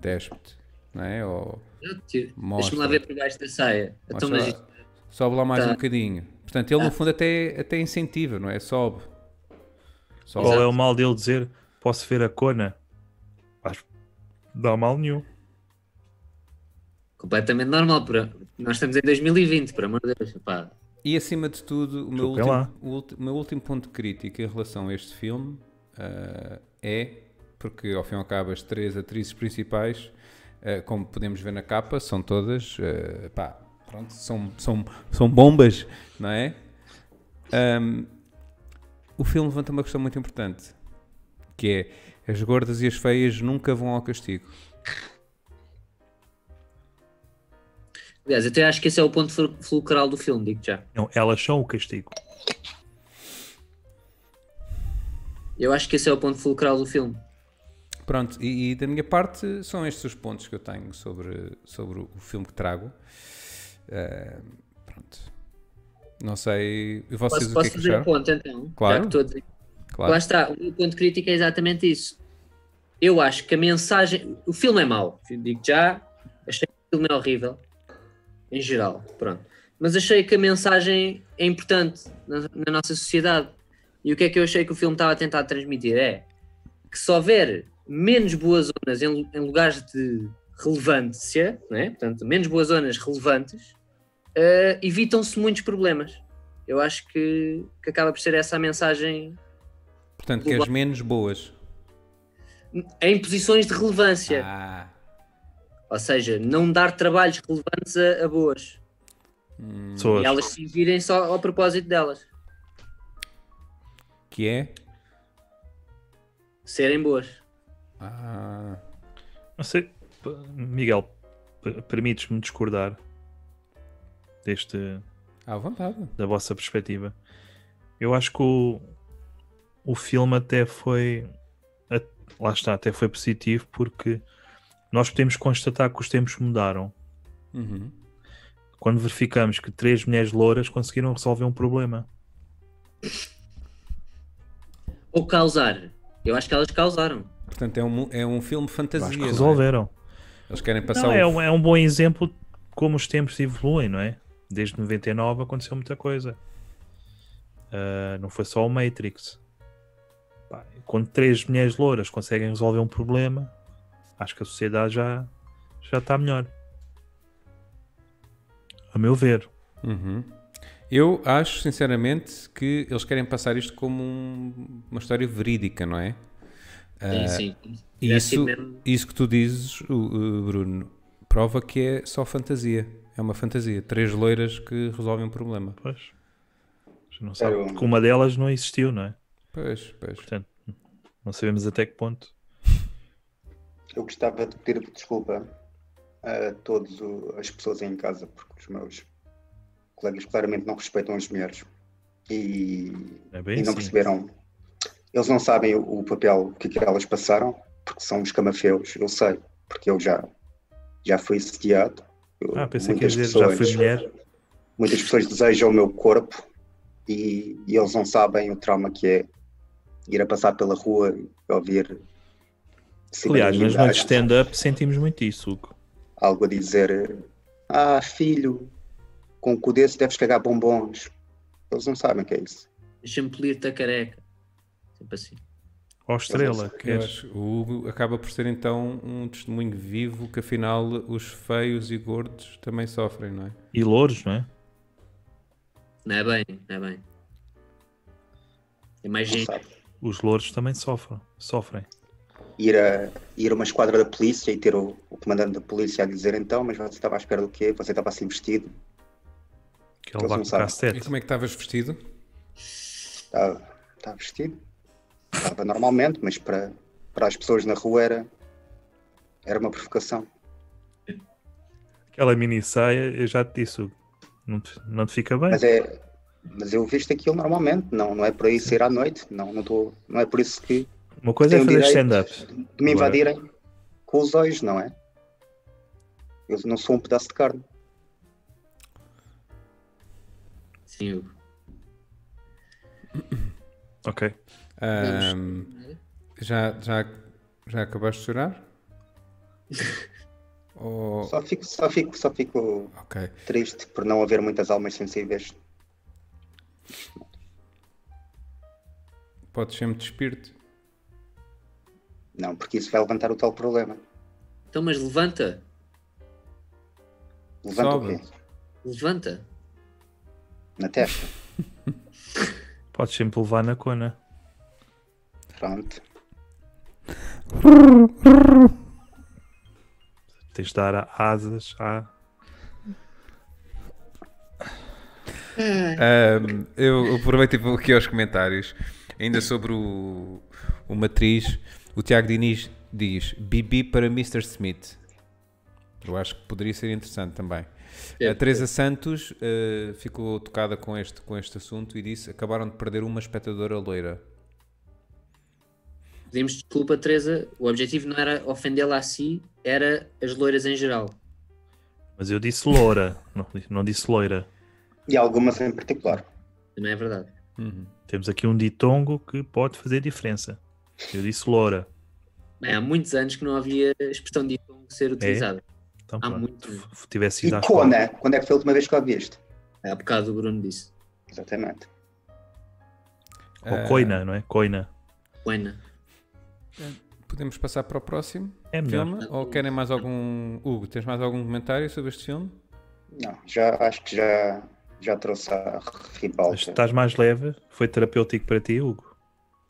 Speaker 1: despe-te, não é? Ou
Speaker 2: Exato.
Speaker 1: Mostra.
Speaker 2: Deixa-me lá ver por baixo da saia. Então, mas
Speaker 1: mostra
Speaker 2: isto
Speaker 1: lá, sobe lá mais
Speaker 2: Tá. Ah.
Speaker 1: um bocadinho. Portanto, ele no fundo até, até incentiva, não é? Sobe. Sobe.
Speaker 3: Qual é o mal dele dizer posso ver a cona? Acho que não dá mal nenhum.
Speaker 2: é completamente normal. Para... Nós estamos em 2020, por amor de Deus. Pá.
Speaker 1: E acima de tudo, o meu,
Speaker 3: Desculpem
Speaker 1: último,
Speaker 3: lá.
Speaker 1: o ulti- o meu último ponto crítico em relação a este filme ah, é porque ao fim e ao cabo as três atrizes principais, ah, como podemos ver na capa, são todas ah, pá, pronto, são, são, são bombas, não é? Ahm, o filme levanta uma questão muito importante, que é as gordas e as feias nunca vão ao castigo.
Speaker 2: Aliás, até acho que esse é o ponto fol- fulcral do filme, digo já.
Speaker 3: Não, elas são o castigo.
Speaker 2: Eu acho que esse é o ponto fulcral do filme.
Speaker 1: Pronto, e, e da minha parte são estes os pontos que eu tenho sobre, sobre o filme que trago. Ah, pronto. Não sei. E vocês
Speaker 2: Posso,
Speaker 1: o que
Speaker 2: posso
Speaker 1: é que
Speaker 2: fazer um
Speaker 1: acharam?
Speaker 2: ponto, então?
Speaker 1: Claro.
Speaker 2: Já que estou a dizer.
Speaker 1: Claro.
Speaker 2: Lá está, o meu ponto crítico é exatamente isso. Eu acho que a mensagem. O filme é mau, digo já, achei que o filme é horrível, em geral, pronto. Mas achei que a mensagem é importante na, na nossa sociedade. E o que é que eu achei que o filme estava a tentar transmitir? É que se houver menos boas zonas em, lu- em lugares de relevância, não é? portanto, menos boas zonas relevantes, eh, evitam-se muitos problemas. Eu acho que, que acaba por ser essa a mensagem
Speaker 1: Portanto, que as menos boas.
Speaker 2: em posições de relevância.
Speaker 1: Ah,
Speaker 2: Ou seja, não dar trabalhos relevantes a, a boas.
Speaker 3: Pessoas.
Speaker 2: Hum. E elas se virem só ao propósito delas.
Speaker 1: que é?
Speaker 2: Serem boas.
Speaker 1: Ah,
Speaker 3: Não sei, p- Miguel, p- permites-me discordar deste,
Speaker 1: à vontade.
Speaker 3: da vossa perspectiva. Eu acho que o, o filme até foi. a- lá está, até foi positivo porque nós podemos constatar que os tempos mudaram.
Speaker 1: Uhum.
Speaker 3: Quando verificamos que três mulheres louras conseguiram resolver um problema.
Speaker 2: Ou causar. Eu acho que elas causaram.
Speaker 1: Portanto, é um, mu- é um filme fantasia.
Speaker 3: Acho que
Speaker 1: não é?
Speaker 3: resolveram.
Speaker 1: Eles querem passar
Speaker 3: Não, é,
Speaker 1: o-
Speaker 3: um, é um bom exemplo de como os tempos evoluem, não é? Desde 99 aconteceu muita coisa. Ah, não foi só o Matrix. Pá, quando três mulheres louras conseguem resolver um problema, acho que a sociedade já, já está melhor. A meu ver.
Speaker 1: Uhum. Eu acho, sinceramente, que eles querem passar isto como um- uma história verídica, não é?
Speaker 2: sim, sim.
Speaker 1: E
Speaker 2: É
Speaker 1: Isso,
Speaker 2: assim mesmo.
Speaker 1: isso que tu dizes, o- o Bruno, prova que é só fantasia. É uma fantasia. Três loiras que resolvem um problema.
Speaker 3: Pois. Já não sabe
Speaker 4: Era um-
Speaker 3: que uma delas não existiu, não é?
Speaker 1: Pois, pois.
Speaker 3: Portanto, não sabemos até que ponto.
Speaker 4: Eu gostava de pedir desculpa a todas as pessoas em casa, porque os meus colegas claramente não respeitam as mulheres e,
Speaker 3: É
Speaker 4: e
Speaker 3: bem
Speaker 4: não
Speaker 3: assim.
Speaker 4: perceberam Eles não sabem o, o papel que, que elas passaram, porque são os camafeus, eu sei, porque eu já, já fui sediado. Eu-
Speaker 3: Ah, pensei que ia
Speaker 4: muitas
Speaker 3: dizer, já
Speaker 4: pessoas-
Speaker 3: fui mulher.
Speaker 4: Muitas pessoas desejam o meu corpo e, e eles não sabem o trauma que é ir a passar pela rua e ouvir.
Speaker 3: Aliás, nas noites de
Speaker 4: ciganidades,
Speaker 3: stand-up sentimos muito isso, Hugo.
Speaker 4: Algo a dizer: Ah, filho, com o cu desse deves cagar bombons. Eles não sabem o que é isso.
Speaker 2: Deixa-me pelir-te a careca. Sempre assim.
Speaker 3: Ó
Speaker 4: é,
Speaker 3: estrela,
Speaker 1: Eu
Speaker 3: queres?
Speaker 1: acho, que o Hugo acaba por ser então um testemunho vivo que afinal os feios e gordos também sofrem, não é?
Speaker 3: E louros, não é?
Speaker 2: Não é bem, não é bem. É mais
Speaker 4: Não
Speaker 2: gente.
Speaker 4: sabem.
Speaker 3: Os louros também sofrem. sofrem.
Speaker 4: ir a, ir a uma esquadra da polícia e ter o, o comandante da polícia a dizer então, mas você estava à espera do quê? Você estava assim vestido?
Speaker 3: Que ele
Speaker 4: Eles
Speaker 3: vai com
Speaker 4: não sabem.
Speaker 1: E
Speaker 3: cassete.
Speaker 1: como é que estavas vestido?
Speaker 4: Estava, estava Tá, vestido? Estava normalmente, mas para, para as pessoas na rua era, era uma provocação.
Speaker 3: Aquela mini saia, eu já te disse, Hugo. Não te, não te fica bem.
Speaker 4: Mas é mas eu visto aquilo normalmente, não, não é por aí sair à noite, não, não, tô, não é por isso que
Speaker 3: Uma coisa é
Speaker 4: tenho
Speaker 3: fazer
Speaker 4: direito.
Speaker 3: stand-up.
Speaker 4: de me
Speaker 3: Agora-
Speaker 4: invadirem com os olhos, não é? Eu não sou um pedaço de carne.
Speaker 2: Sim, Hugo.
Speaker 3: Ok.
Speaker 1: Ahm, já, já, já acabaste de chorar? Ou-
Speaker 4: Só fico, só fico, só fico
Speaker 1: Ok.
Speaker 4: triste por não haver muitas almas sensíveis
Speaker 1: Podes sempre despir-te.
Speaker 4: Não, porque isso vai levantar o tal problema.
Speaker 2: Então, mas levanta.
Speaker 4: Levanta
Speaker 1: Sobe.
Speaker 4: o quê?
Speaker 2: Levanta.
Speaker 4: Na testa.
Speaker 3: Podes sempre levar na cona.
Speaker 4: Pronto.
Speaker 3: Tens de dar a- asas ah. à.
Speaker 1: Ahm, eu aproveito e vou aqui aos comentários. Ainda sobre o, o Matriz, o Tiago Diniz diz Bibi para Mr. Smith. Eu acho que poderia ser interessante também.
Speaker 2: É,
Speaker 1: a Teresa Santos eh, ficou tocada com este, com este assunto e disse acabaram de perder uma espectadora loira.
Speaker 2: Pedimos desculpa, Teresa. O objetivo não era ofendê-la a si, era as loiras em geral.
Speaker 3: Mas eu disse loura, não, não disse loira.
Speaker 4: E algumas em particular.
Speaker 2: Também é verdade.
Speaker 3: Temos aqui um ditongo que pode fazer diferença. Eu disse loura.
Speaker 2: Bem, há muitos anos que não havia expressão de tom ser utilizada.
Speaker 3: Então,
Speaker 2: Há
Speaker 3: pronto,
Speaker 2: muito.
Speaker 3: f- Tivesse
Speaker 4: E
Speaker 3: ido à escola.
Speaker 4: Kona, quando é que foi a última vez que ouviste?
Speaker 2: Há bocado o Bruno disse.
Speaker 4: Exatamente.
Speaker 1: Ah.
Speaker 3: Ou coina, não é? Coina.
Speaker 2: Buena.
Speaker 1: Podemos passar para o próximo
Speaker 3: É melhor.
Speaker 1: filme? Ou querem mais algum. Hugo, tens mais algum comentário sobre este filme?
Speaker 4: Não, já acho que já, já trouxe a
Speaker 3: Mas
Speaker 4: ribalta.
Speaker 3: Estás mais leve. Foi terapêutico para ti, Hugo.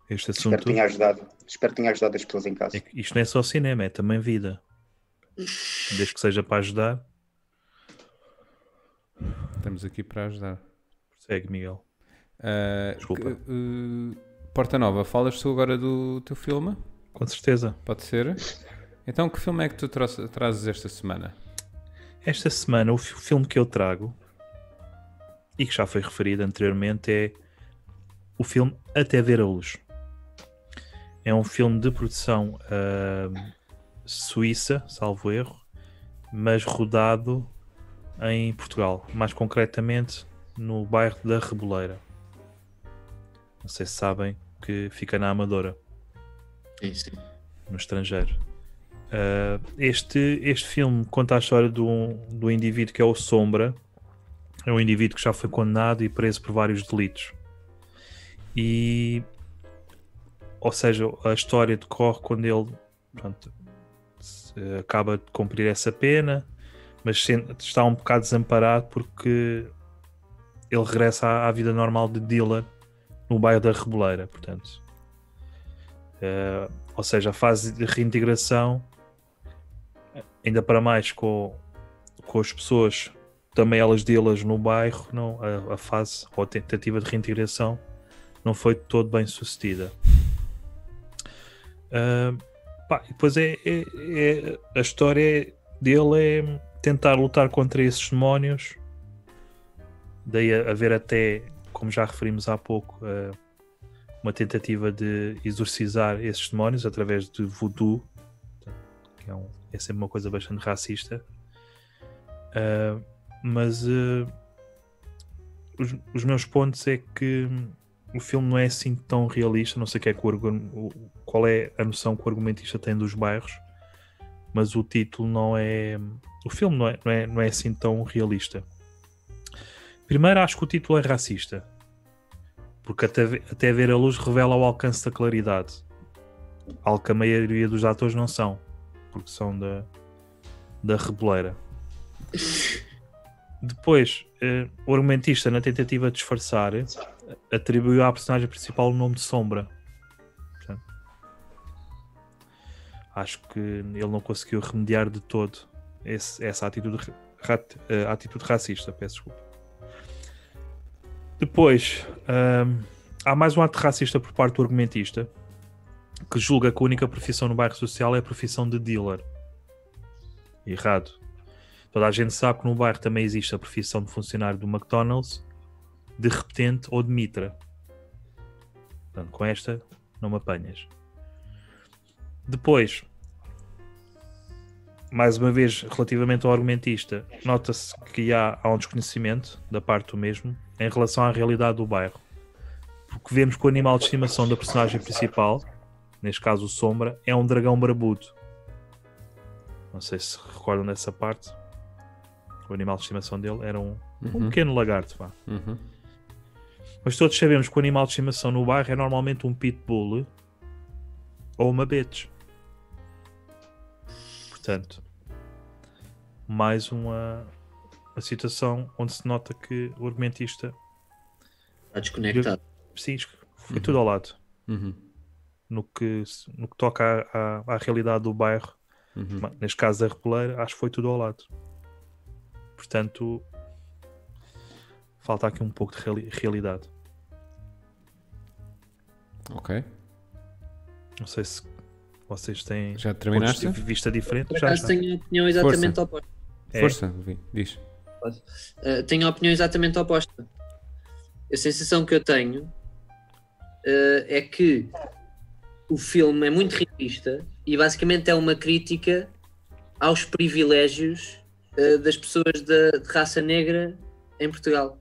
Speaker 3: Este
Speaker 4: Espero
Speaker 3: assunto.
Speaker 4: que tenha ajudado. Espero que tenha ajudado as pessoas em casa.
Speaker 3: É que Isto não é só cinema, é também vida. Desde que seja para ajudar,
Speaker 1: Estamos aqui para ajudar.
Speaker 3: segue, Miguel.
Speaker 1: Ah, que,
Speaker 3: Desculpa.
Speaker 1: eh, Porta Nova, falas tu agora do teu filme?
Speaker 3: Com certeza.
Speaker 1: Pode ser? Então, que filme é que tu trouxe- trazes esta semana?
Speaker 3: Esta semana, o fi- filme que eu trago e que já foi referido anteriormente é o filme Até Ver a Luz. É um filme de produção ahm, suíça, salvo erro, mas rodado em Portugal, mais concretamente no bairro da Reboleira. Não sei se sabem que fica na Amadora
Speaker 2: Sim, sim.
Speaker 3: no estrangeiro. Ah, este, este filme conta a história do, do indivíduo que é o Sombra, é um indivíduo que já foi condenado e preso por vários delitos. E, ou seja, a história decorre quando ele pronto, se- acaba de cumprir essa pena, mas sen- está um bocado desamparado porque ele regressa à, à vida normal de dealer no bairro da Reboleira, portanto. Ah, ou seja, a fase de reintegração, ainda para mais com, com as pessoas, também elas delas no bairro, não, a, a fase ou a tentativa de reintegração não foi de todo bem sucedida. Ah, pá, e depois é, é- é- a história dele é tentar lutar contra esses demónios, daí a, a ver até, como já referimos há pouco, ah, uma tentativa de exorcizar esses demónios através de voodoo, que é, um- é sempre uma coisa bastante racista. Ah, mas ah, os, os meus pontos é que hum, o filme não é assim tão realista, não sei o que é que o argu- o- qual é a noção que o argumentista tem dos bairros, mas o título não é. O filme não é, não é, não é assim tão realista. Primeiro, acho que o título é racista, porque até, ve- até ver a luz revela o alcance da claridade, algo que a maioria dos atores não são, porque são da, da reboleira. Depois, eh, o argumentista, na tentativa de disfarçar, atribuiu à personagem principal o nome de Sombra. Portanto, acho que ele não conseguiu remediar de todo esse- essa atitude, ra- eh, atitude racista. Peço desculpa. Depois, hum, há mais um ato racista por parte do argumentista que julga que a única profissão no bairro social é a profissão de dealer. Errado. Toda a gente sabe que no bairro também existe a profissão de funcionário do McDonald's, de repente ou de Mitra. Portanto, com esta não me apanhas. Depois, mais uma vez, relativamente ao argumentista, nota-se que há, há um desconhecimento da parte do mesmo em relação à realidade do bairro. Porque vemos que o animal de estimação da personagem principal, neste caso o Sombra, é um dragão barbudo. Não sei se recordam dessa parte. O animal de estimação dele era um, um
Speaker 1: Uhum.
Speaker 3: pequeno lagarto, vá.
Speaker 1: Uhum.
Speaker 3: Mas todos sabemos que o animal de estimação no bairro é normalmente um pitbull ou uma bitch. Portanto, mais uma, uma situação onde se nota que o argumentista
Speaker 2: Está desconectado.
Speaker 3: psíquico foi tudo ao lado
Speaker 1: Uhum.
Speaker 3: no que, se- no que toca à, à- à realidade do bairro.
Speaker 1: Uhum.
Speaker 3: Ma- Neste caso da Repoleira, acho que foi tudo ao lado. Portanto, falta aqui um pouco de reali- realidade.
Speaker 1: Ok.
Speaker 3: Não sei se vocês têm
Speaker 1: Já
Speaker 3: pontos
Speaker 1: terminaste?
Speaker 3: de vista diferente.
Speaker 2: Por
Speaker 3: Já,
Speaker 2: acaso
Speaker 3: já.
Speaker 2: tenho a opinião exatamente
Speaker 1: Força.
Speaker 2: oposta.
Speaker 3: É.
Speaker 1: Força, Levi, diz.
Speaker 2: Uh, tenho a opinião exatamente oposta. A sensação que eu tenho uh, é que o filme é muito realista e basicamente é uma crítica aos privilégios uh, das pessoas da- de, raça negra em Portugal.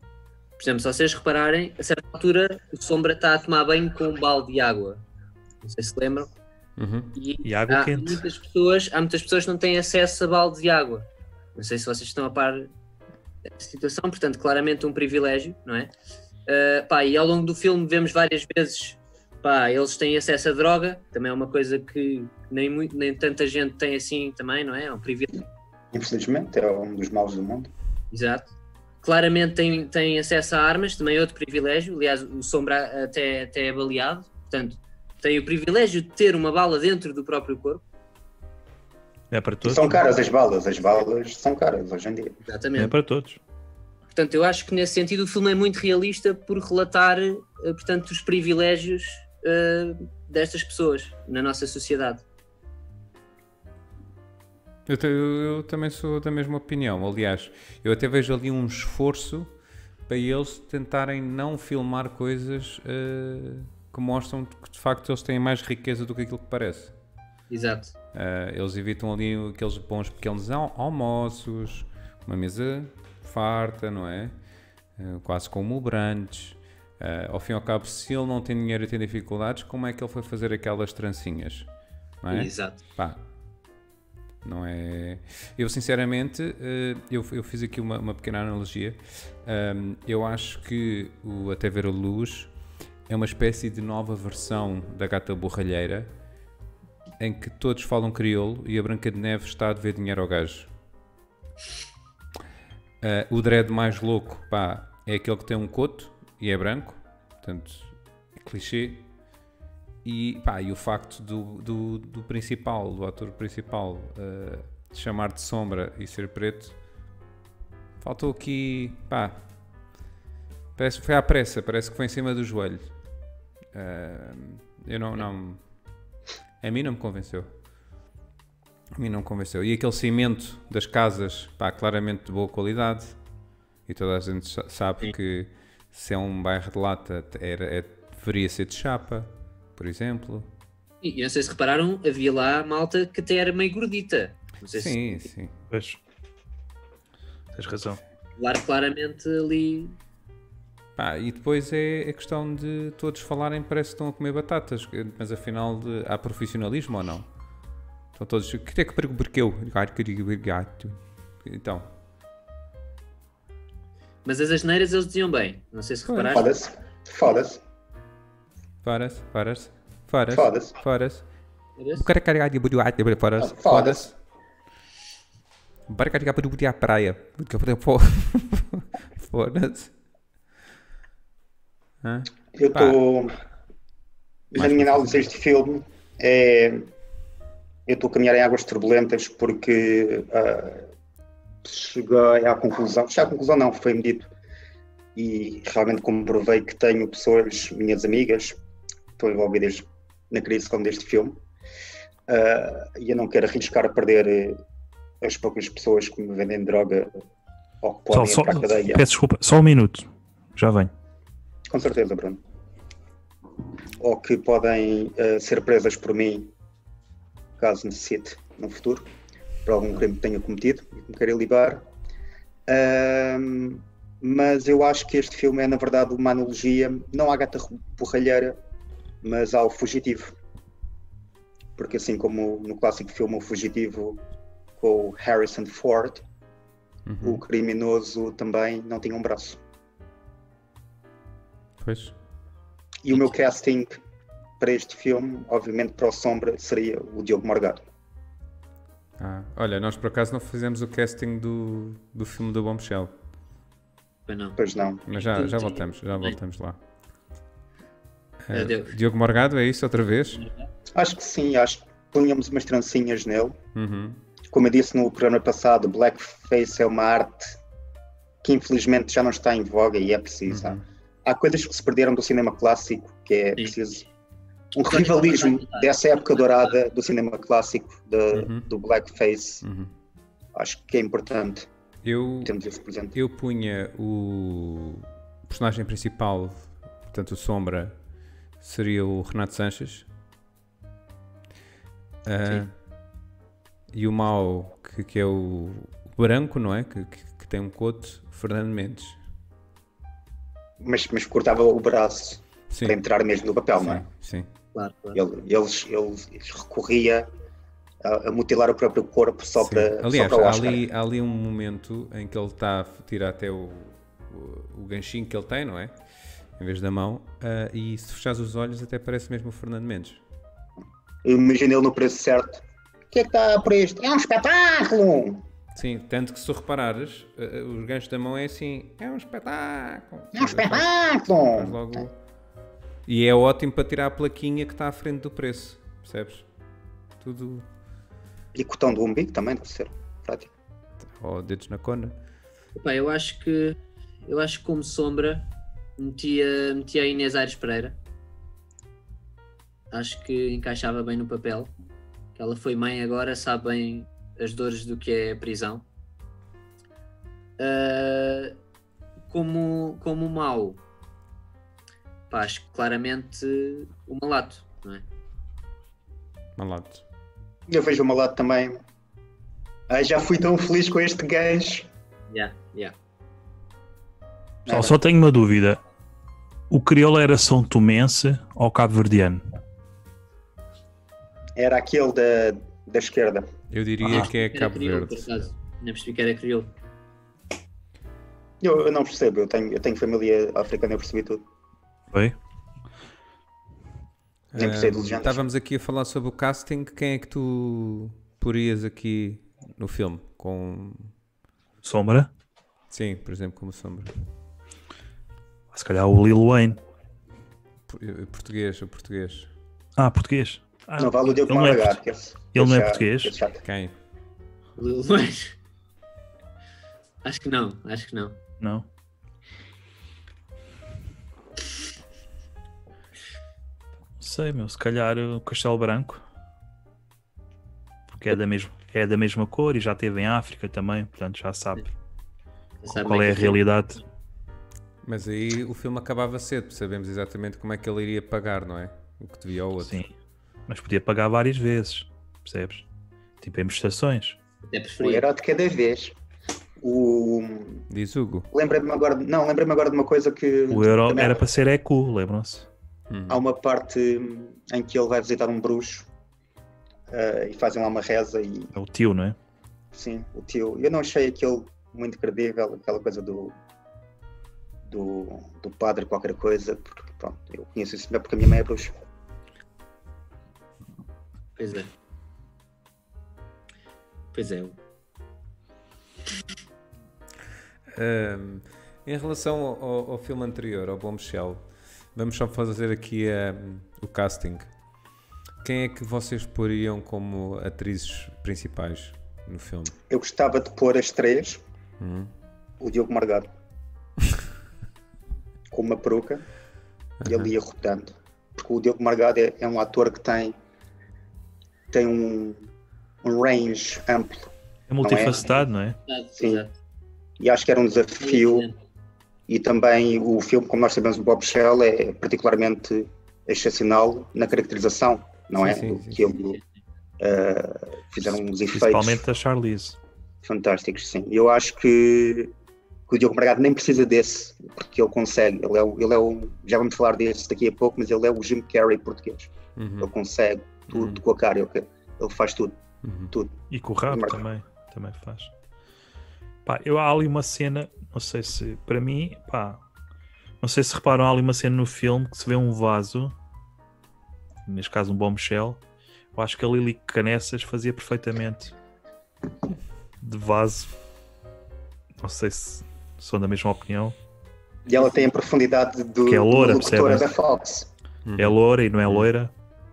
Speaker 2: Por exemplo, se vocês repararem, a certa altura o Sombra está a tomar banho com um balde de água. Não sei se lembram.
Speaker 1: Uhum.
Speaker 2: E,
Speaker 3: E água
Speaker 4: Ah,
Speaker 2: há,
Speaker 3: quente.
Speaker 2: Muitas pessoas, há muitas pessoas que não têm acesso a balde de água. Não sei se vocês estão a par dessa situação, portanto, claramente um privilégio, não é? Ah, pá, e ao longo do filme vemos várias vezes, pá, eles têm acesso a droga, também é uma coisa que nem, muito, nem tanta gente tem assim também, não é? É um privilégio.
Speaker 4: Infelizmente, é um dos maus do mundo.
Speaker 2: Exato. Claramente tem, tem acesso a armas, também é outro privilégio. Aliás, o Sombra até, até é baleado, portanto, tem o privilégio de ter uma bala dentro do próprio corpo.
Speaker 3: É para
Speaker 4: E
Speaker 3: todos.
Speaker 4: são caras as balas, as balas são caras hoje em dia.
Speaker 2: Exatamente.
Speaker 3: É para todos.
Speaker 2: Portanto, eu acho que nesse sentido o filme é muito realista por relatar, eh, portanto, os privilégios eh, destas pessoas na nossa sociedade.
Speaker 1: Eu, te- eu- eu também sou da mesma opinião. Aliás, eu até vejo ali um esforço para eles tentarem não filmar coisas eh, que mostram que de facto eles têm mais riqueza do que aquilo que parece.
Speaker 2: Exato.
Speaker 1: Eh, eles evitam ali aqueles bons pequenos al- almoços, uma mesa farta, não é? Eh, quase como o brunch. Eh, ao fim e ao cabo, se ele não tem dinheiro e tem dificuldades, como é que ele foi fazer aquelas trancinhas? Não é?
Speaker 2: Exato.
Speaker 1: Pá, não é. Eu, sinceramente, eh, eu, eu fiz aqui uma, uma pequena analogia. Ahm, Eu acho que o Até Ver a Luz é uma espécie de nova versão da Gata Borralheira em que todos falam crioulo e a Branca de Neve está a dever dinheiro ao gajo. Ah, o dread mais louco, pá, é aquele que tem um coto e é branco, portanto, é clichê, e, pá, e o facto do, do, do principal, do ator principal, eh, chamar de sombra e ser preto, faltou aqui, pá, parece que foi à pressa, parece que foi em cima do joelho. Eh, eu não, não, a mim não me convenceu. A mim não me convenceu. E aquele cimento das casas, pá, claramente de boa qualidade, e toda a gente sa- sabe que se é um bairro de lata, era, é Deveria ser de chapa, por exemplo.
Speaker 2: E eu não sei se repararam, havia lá malta que até era meio gordita. Não sei se
Speaker 1: Sim, sim.
Speaker 3: Pois. Tens razão.
Speaker 2: claro, claramente ali.
Speaker 1: Pá, e depois é a questão de todos falarem, parece que estão a comer batatas, eh, mas afinal de- há profissionalismo ou não? Estão todos. Queria que pergunteu. Então,
Speaker 2: Mas as asneiras eles diziam bem. Não sei se
Speaker 1: Pois.
Speaker 2: repararam.
Speaker 4: Foda-se. Foda-se.
Speaker 1: Faras, faras, faras,
Speaker 4: Faras.
Speaker 1: faras.
Speaker 2: Parece.
Speaker 1: O cara carregar de buriá, de buriá, faras,
Speaker 4: Ah,
Speaker 1: faras.
Speaker 4: faras.
Speaker 1: O cara carregar de buriá praia. Porque eu um falei, pô, Foras. Hã?
Speaker 4: Eu
Speaker 1: Pá.
Speaker 4: estou. Mas a minha análise deste filme é. Eu estou a caminhar em águas turbulentas porque ah, cheguei à conclusão. Cheguei à conclusão, não, foi-me dito. E realmente comprovei que tenho pessoas, minhas amigas, que estão envolvidas na crise como deste filme. Ah, e eu não quero arriscar a perder eh, as poucas pessoas que me vendem droga ou que podem
Speaker 3: só,
Speaker 4: ir para é a cadeia.
Speaker 3: peço desculpa, só um minuto. Já venho.
Speaker 4: Com certeza, Bruno. Ou que podem eh, ser presas por mim, caso necessite, no futuro, por algum crime que tenha cometido e que me queira livrar. Ahm, mas eu acho que este filme é, na verdade, uma analogia, não à gata porralheira, mas ao fugitivo. Porque, assim como no clássico filme O Fugitivo, com o Harrison Ford,
Speaker 1: Uhum.
Speaker 4: o criminoso também não tinha um braço.
Speaker 1: Pois.
Speaker 4: E o meu casting para este filme, obviamente para o Sombra, seria o Diogo Morgado.
Speaker 1: Ah, olha, nós por acaso não fizemos o casting do, do filme do Bombshell.
Speaker 2: Pois não.
Speaker 4: Pois não.
Speaker 1: Mas já,
Speaker 2: Então,
Speaker 1: já
Speaker 2: sim.
Speaker 1: voltamos, já voltamos lá.
Speaker 2: Meu
Speaker 1: Eh,
Speaker 2: Deus.
Speaker 1: Diogo Morgado, é isso outra vez?
Speaker 4: Acho que sim, acho que punhamos umas trancinhas nele.
Speaker 1: Uhum.
Speaker 4: Como eu disse no programa passado, blackface é uma arte que infelizmente já não está em voga e é preciso.
Speaker 1: Uhum.
Speaker 4: Há coisas que se perderam do cinema clássico, que é preciso um
Speaker 2: Tony
Speaker 4: revivalismo
Speaker 2: Morgado, tá?
Speaker 4: dessa época dourada do cinema clássico, da-
Speaker 1: Uhum.
Speaker 4: do blackface.
Speaker 1: Uhum.
Speaker 4: Acho que é importante
Speaker 1: Eu,
Speaker 4: termos isso presente.
Speaker 1: eu punha o personagem principal, portanto o Sombra, seria o Renato Sanches. Ah, e o mau, que, que é o branco, não é? Que, que, que tem um coto, Fernando Mendes.
Speaker 4: Mas, mas cortava o braço
Speaker 1: Sim,
Speaker 4: para entrar mesmo no papel, não é?
Speaker 1: sim, sim.
Speaker 2: Claro, claro.
Speaker 4: Ele, eles, eles recorria a, a mutilar o próprio corpo só
Speaker 1: Sim.
Speaker 4: para,
Speaker 1: Aliás,
Speaker 4: só para o
Speaker 1: há
Speaker 4: Oscar.
Speaker 1: ali, há ali um momento em que ele está a tirar até o, o, o ganchinho que ele tem, não é? Em vez da mão, ah, e se fechares os olhos, até parece mesmo o Fernando Mendes.
Speaker 4: Eu imagino ele no preço certo. O que é que está por isto? É um espetáculo!
Speaker 1: Sim, tanto que se tu reparares, ah, ah, os ganchos da mão é assim, é um espetáculo.
Speaker 4: É um
Speaker 1: Faz
Speaker 4: espetáculo!
Speaker 1: logo- E é ótimo para tirar a plaquinha que está à frente do preço, percebes? Tudo.
Speaker 4: E cotão do umbigo também deve ser prático.
Speaker 1: Ou dedos na cona.
Speaker 2: Epá, eu acho que eu acho que como sombra metia, metia a Inês Aires Pereira. Acho que encaixava bem no papel. Que Ela foi mãe agora, sabe bem as dores do que é a prisão. Ah, como, como mau, pá, acho que claramente o malato, não é?
Speaker 1: Malato.
Speaker 4: Eu vejo o malato também. Ai, já fui tão feliz com este gancho.
Speaker 2: Yeah, yeah.
Speaker 3: Pessoal, só tenho uma dúvida. O crioulo era São Tomense ou cabo-verdiano?
Speaker 4: Era aquele da, da esquerda.
Speaker 1: Eu diria
Speaker 3: Ah.
Speaker 1: que é
Speaker 2: Era
Speaker 1: Cabo
Speaker 2: crioulo,
Speaker 1: Verde.
Speaker 2: por acaso. Não percebi que era crioulo.
Speaker 4: Eu, eu não percebo, eu tenho, eu tenho família africana, eu percebi tudo.
Speaker 3: Foi?
Speaker 1: Ah,
Speaker 4: Nem por ser inteligente.
Speaker 1: Estávamos aqui a falar sobre o casting. Quem é que tu porias aqui no filme? Com...
Speaker 3: Sombra?
Speaker 1: Sim, por exemplo, como sombra.
Speaker 3: Se calhar o Lil Wayne.
Speaker 1: Por- eh, Português, o português.
Speaker 3: Ah, português. Ah,
Speaker 4: Não vale o Diogo
Speaker 3: ele não é
Speaker 4: Morgado.
Speaker 3: portu-
Speaker 4: que esse-
Speaker 3: ele não é
Speaker 4: esse já-
Speaker 3: português.
Speaker 4: esse já-
Speaker 1: Quem?
Speaker 2: Lil Wayne. Acho que não, acho que não.
Speaker 3: Não. Não sei, meu. Se calhar eh, o Castelo Branco. Porque é da, mesma, é da mesma cor e já esteve em África também, portanto já sabe
Speaker 2: Sabe
Speaker 3: qual
Speaker 2: bem
Speaker 3: é a
Speaker 2: que aquilo-
Speaker 3: realidade.
Speaker 1: Mas aí o filme acabava cedo, sabemos exatamente como é que ele iria pagar, não é? O que devia ao outro.
Speaker 3: Sim. Mas podia pagar várias vezes, percebes? Tipo, em estações.
Speaker 2: Até
Speaker 4: Um
Speaker 2: preferia.
Speaker 4: euro de cada vez. O...
Speaker 1: Diz Hugo.
Speaker 4: Lembrei-me agora, de... não, lembrei-me agora de uma coisa que
Speaker 3: O euro
Speaker 4: também é.
Speaker 3: era para ser eco, lembram-se?
Speaker 1: Hum.
Speaker 4: há uma parte hum, em que ele vai visitar um bruxo eh, e fazem lá uma reza e
Speaker 3: É o tio, não é?
Speaker 4: Sim, o tio. Eu não achei aquilo muito credível, aquela coisa do, do, do padre qualquer coisa, porque pronto, eu conheço isso melhor porque a minha mãe é bruxa.
Speaker 2: Pois é. Pois é.
Speaker 1: Ahm, em relação ao, ao- ao filme anterior, ao Bombshell, vamos só fazer aqui ahm, o casting. Quem é que vocês poriam como atrizes principais no filme?
Speaker 4: Eu gostava de pôr as três,
Speaker 1: Hum.
Speaker 4: o Diogo Margado, com uma peruca, e ele ia rotando. Porque o Diogo Margado é, é um ator que tem, tem um, um range amplo.
Speaker 3: É multifacetado, não é?
Speaker 2: Exato,
Speaker 4: Sim.
Speaker 2: exato.
Speaker 4: E acho que era um desafio E também o filme, como nós sabemos, o Bob Shell é particularmente excepcional na caracterização, não
Speaker 1: Sim,
Speaker 4: é?
Speaker 1: sim, sim,
Speaker 4: que ele, eh, fizeram uns efeitos
Speaker 3: Principalmente a Charlize.
Speaker 4: fantásticos, sim. Eu acho que, que o Diogo Margado nem precisa desse, porque ele consegue. Ele é, o- ele é o, já vamos falar desse daqui a pouco, mas ele é o Jim Carrey português.
Speaker 1: Uhum,
Speaker 3: Hum.
Speaker 4: Ele consegue tudo com a cara, ele, ele faz tudo.
Speaker 1: uhum.
Speaker 3: E com o rabo
Speaker 4: Marco.
Speaker 3: também, também faz. Pá, eu há ali uma cena, não sei se para mim, pá, não sei se reparam, há ali uma cena no filme que se vê um vaso, neste caso um bombshell. Eu acho que a Lili Canessas fazia perfeitamente de vaso. Não sei se são da mesma opinião.
Speaker 4: E ela tem a profundidade do,
Speaker 3: Que é loura,
Speaker 4: do locutora
Speaker 3: percebes?
Speaker 4: da Fox.
Speaker 3: É loira e não é loira.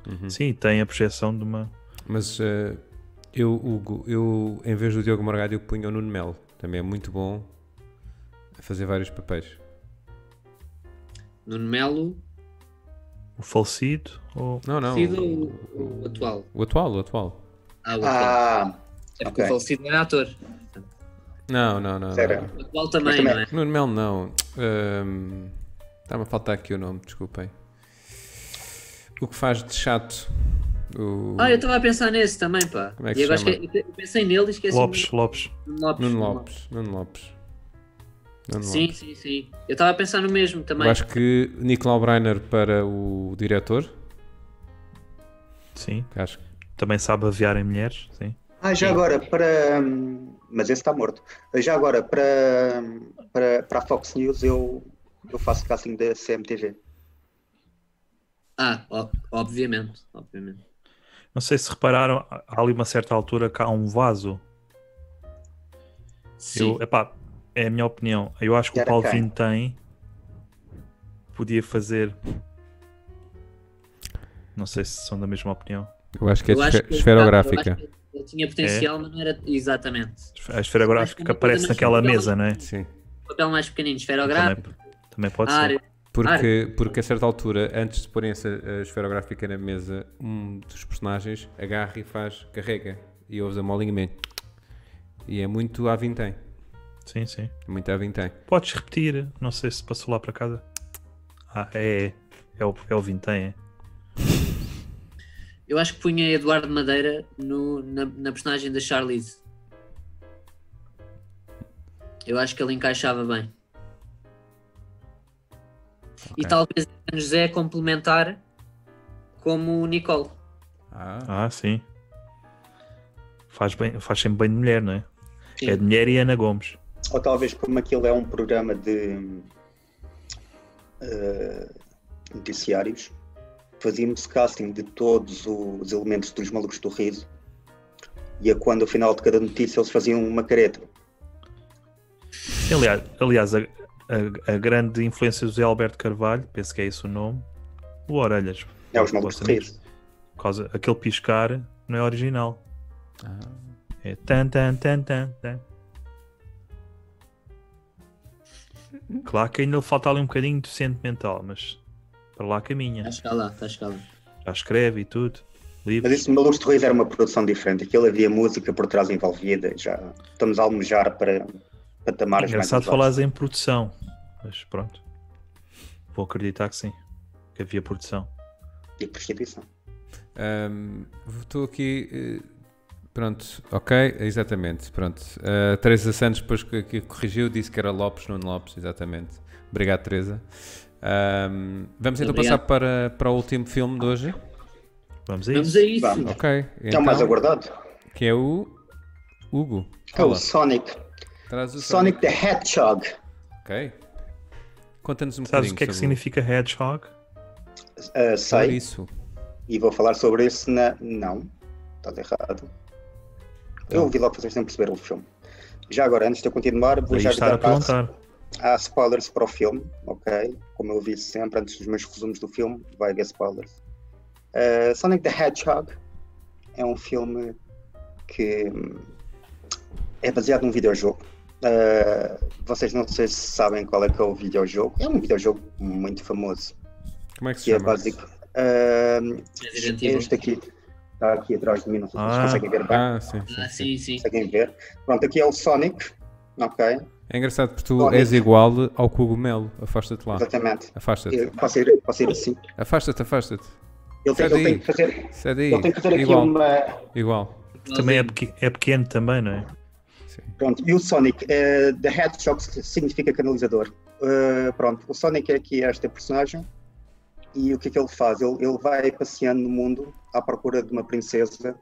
Speaker 1: Uhum.
Speaker 3: Sim, tem a projeção de uma.
Speaker 1: Mas eh, eu, Hugo, eu em vez do Diogo Morgado, eu punho o Nuno Melo. Também é muito bom a fazer vários papéis.
Speaker 2: Nuno Melo,
Speaker 3: O falecido ou.
Speaker 1: Não, não.
Speaker 2: sido
Speaker 1: O,
Speaker 2: o, o atual.
Speaker 1: o atual, o atual.
Speaker 2: Ah, o atual.
Speaker 4: Ah,
Speaker 2: é porque
Speaker 4: ok.
Speaker 2: o falecido era ator.
Speaker 1: Não, não, não.
Speaker 4: Sério?
Speaker 1: não.
Speaker 2: O atual também,
Speaker 4: também-
Speaker 2: não é?
Speaker 1: Nuno Melo não. Ahm, Está-me a faltar aqui o nome, desculpem. O que faz de chato. O
Speaker 2: Ah, eu estava a pensar nesse também, pá.
Speaker 1: Como é que
Speaker 2: e
Speaker 1: se
Speaker 2: agora
Speaker 1: chama?
Speaker 2: esque- eu pensei nele e esqueci.
Speaker 3: Lopes, Lopes.
Speaker 2: Nuno
Speaker 1: Nuno Lopes. Nuno Lopes. Nuno
Speaker 2: Sim,
Speaker 1: Lopes.
Speaker 2: sim, sim. Eu estava a pensar no mesmo também.
Speaker 1: Eu acho que Nicolau Breiner para o diretor.
Speaker 3: Sim.
Speaker 1: que Acho
Speaker 3: Também sabe aviar em mulheres. Sim.
Speaker 4: Ah, já agora, para. hum, Mas esse está morto. Já agora, para, hum, para, para a Fox News, eu, eu faço casting da CMTV.
Speaker 2: Ah, ó- obviamente, obviamente.
Speaker 3: Não sei se repararam, há há ali uma certa altura que há um vaso.
Speaker 2: Sim.
Speaker 3: Eu, epá, é a minha opinião. Eu acho que o
Speaker 4: Era
Speaker 3: Paulo
Speaker 4: quem?
Speaker 3: Vintém podia fazer. Não sei se são da mesma opinião.
Speaker 1: Eu acho que é
Speaker 2: Eu acho
Speaker 1: esfe-
Speaker 2: que-
Speaker 1: esferográfica. É?
Speaker 2: eu acho que Ele tinha potencial, mas não era exatamente.
Speaker 3: A esfera
Speaker 2: Acho que é
Speaker 3: gráfica
Speaker 2: uma
Speaker 3: aparece
Speaker 2: coisa mais
Speaker 3: naquela
Speaker 2: cultural.
Speaker 3: mesa, não é?
Speaker 1: Sim.
Speaker 2: Um papel mais pequenino, esferográfico,
Speaker 3: Também, também pode
Speaker 2: a área.
Speaker 3: ser.
Speaker 1: Porque, porque a certa altura, antes de porem essa a esferográfica na mesa, um dos personagens agarra e faz, carrega. E ouves a molinha e mente. E é muito a vintém.
Speaker 3: Sim, sim.
Speaker 1: Muito a vintém.
Speaker 3: Podes repetir. Não sei se passou lá para casa. Ah, é. É, é o, é o Vintém, é.
Speaker 2: Eu acho que punha Eduardo Madeira no- na, na personagem da Charlize. Eu acho que ele encaixava bem. E
Speaker 1: Ok.
Speaker 2: talvez o José complementar como o Nicole.
Speaker 1: Ah,
Speaker 3: Ah, sim. Faz, bem, faz sempre bem de mulher, não é?
Speaker 2: Sim.
Speaker 3: É de mulher e Ana Gomes.
Speaker 4: Ou talvez, como aquilo é um programa de hum, eh, noticiários, fazíamos casting de todos os elementos dos malucos do riso. E é quando, ao final de cada notícia, eles faziam uma careta.
Speaker 3: Aliás, aliás a, a- a grande influência do Zé Alberto Carvalho, penso que é esse o nome, o Orelhas.
Speaker 4: É os malucos do riso.
Speaker 3: Por causa, aquele piscar não é original.
Speaker 1: ah.
Speaker 3: É tan tan tan tan tan. Claro que ainda lhe falta ali um bocadinho de centro mental, mas para lá caminha.
Speaker 2: Está a chegar lá, está a chegar lá.
Speaker 3: Já escreve e tudo.
Speaker 4: Mas
Speaker 3: Livros.
Speaker 4: isso de Malucos de Ruiz era uma produção diferente, aquilo havia música por trás envolvida, já estamos a almejar para patamares mais
Speaker 3: Engraçado
Speaker 4: elevados.
Speaker 3: falares em produção. mas pronto. Vou acreditar que sim, que havia produção.
Speaker 4: E prostituição.
Speaker 1: Ahm, estou aqui. eh, Pronto, ok, exatamente. Pronto. Ah, Teresa Santos, depois que, que corrigiu, disse que era Lopes, Nuno Lopes, exatamente. Obrigado, Teresa. Ahm, vamos então
Speaker 2: Obrigado.
Speaker 1: passar para, para o último filme de hoje.
Speaker 3: Vamos a
Speaker 2: Vamos
Speaker 3: isso.
Speaker 2: a isso.
Speaker 4: Vamos.
Speaker 1: Ok,
Speaker 4: é
Speaker 1: então,
Speaker 4: o mais aguardado.
Speaker 1: que é o Hugo.
Speaker 4: É o
Speaker 1: Fala,
Speaker 4: Sonic.
Speaker 1: traz o
Speaker 4: Sonic the Hedgehog.
Speaker 1: Ok. Conta-nos um
Speaker 3: Sabes
Speaker 1: bocadinho
Speaker 3: o que é que
Speaker 1: sobre
Speaker 3: significa hedgehog?
Speaker 1: sobre
Speaker 4: Uh, sei,
Speaker 1: isso.
Speaker 4: e vou falar sobre isso na. Não, estás errado. Eu ouvi logo vocês não perceberam o filme. Já agora, antes de eu continuar, vou
Speaker 3: Daí
Speaker 4: já
Speaker 3: estar a
Speaker 4: avisar que há-
Speaker 3: perguntar.
Speaker 4: Há spoilers para o filme, ok? Como eu vi sempre antes dos meus resumos do filme, vai haver spoilers. Uh, Sonic the Hedgehog é um filme que hum, é baseado num videojogo. Uh, vocês não sei se sabem qual é que é o videojogo. É um videojogo muito famoso,
Speaker 1: Como é que se
Speaker 4: que é
Speaker 1: chama?
Speaker 4: básico. Uh,
Speaker 2: Resident Evil.
Speaker 4: este aqui está aqui atrás de mim, não sei se vocês
Speaker 3: Ah.
Speaker 4: conseguem ver bem.
Speaker 1: Ah, sim, sim.
Speaker 2: Ah, sim, sim.
Speaker 4: Conseguem ver. Pronto, aqui é o Sonic, ok?
Speaker 1: É engraçado porque tu
Speaker 4: Sonic.
Speaker 1: és igual ao cogumelo. Afasta-te lá.
Speaker 4: Exatamente.
Speaker 1: Afasta-te.
Speaker 4: Eu Posso ir, posso ir assim.
Speaker 1: Afasta-te, afasta-te.
Speaker 4: Ele tem,
Speaker 1: Sai daí.
Speaker 4: ele tem que fazer.
Speaker 1: Sai daí.
Speaker 4: Ele tem que fazer aqui
Speaker 1: Igual.
Speaker 4: uma.
Speaker 1: Igual.
Speaker 3: Também é, pequ- é pequeno também, não é?
Speaker 1: Sim.
Speaker 4: Pronto, e o Sonic, eh, The Hedgehog significa canalizador. Eh, pronto, o Sonic é aqui esta personagem. E o que é que ele faz? Ele, ele vai passeando no mundo à procura de uma princesa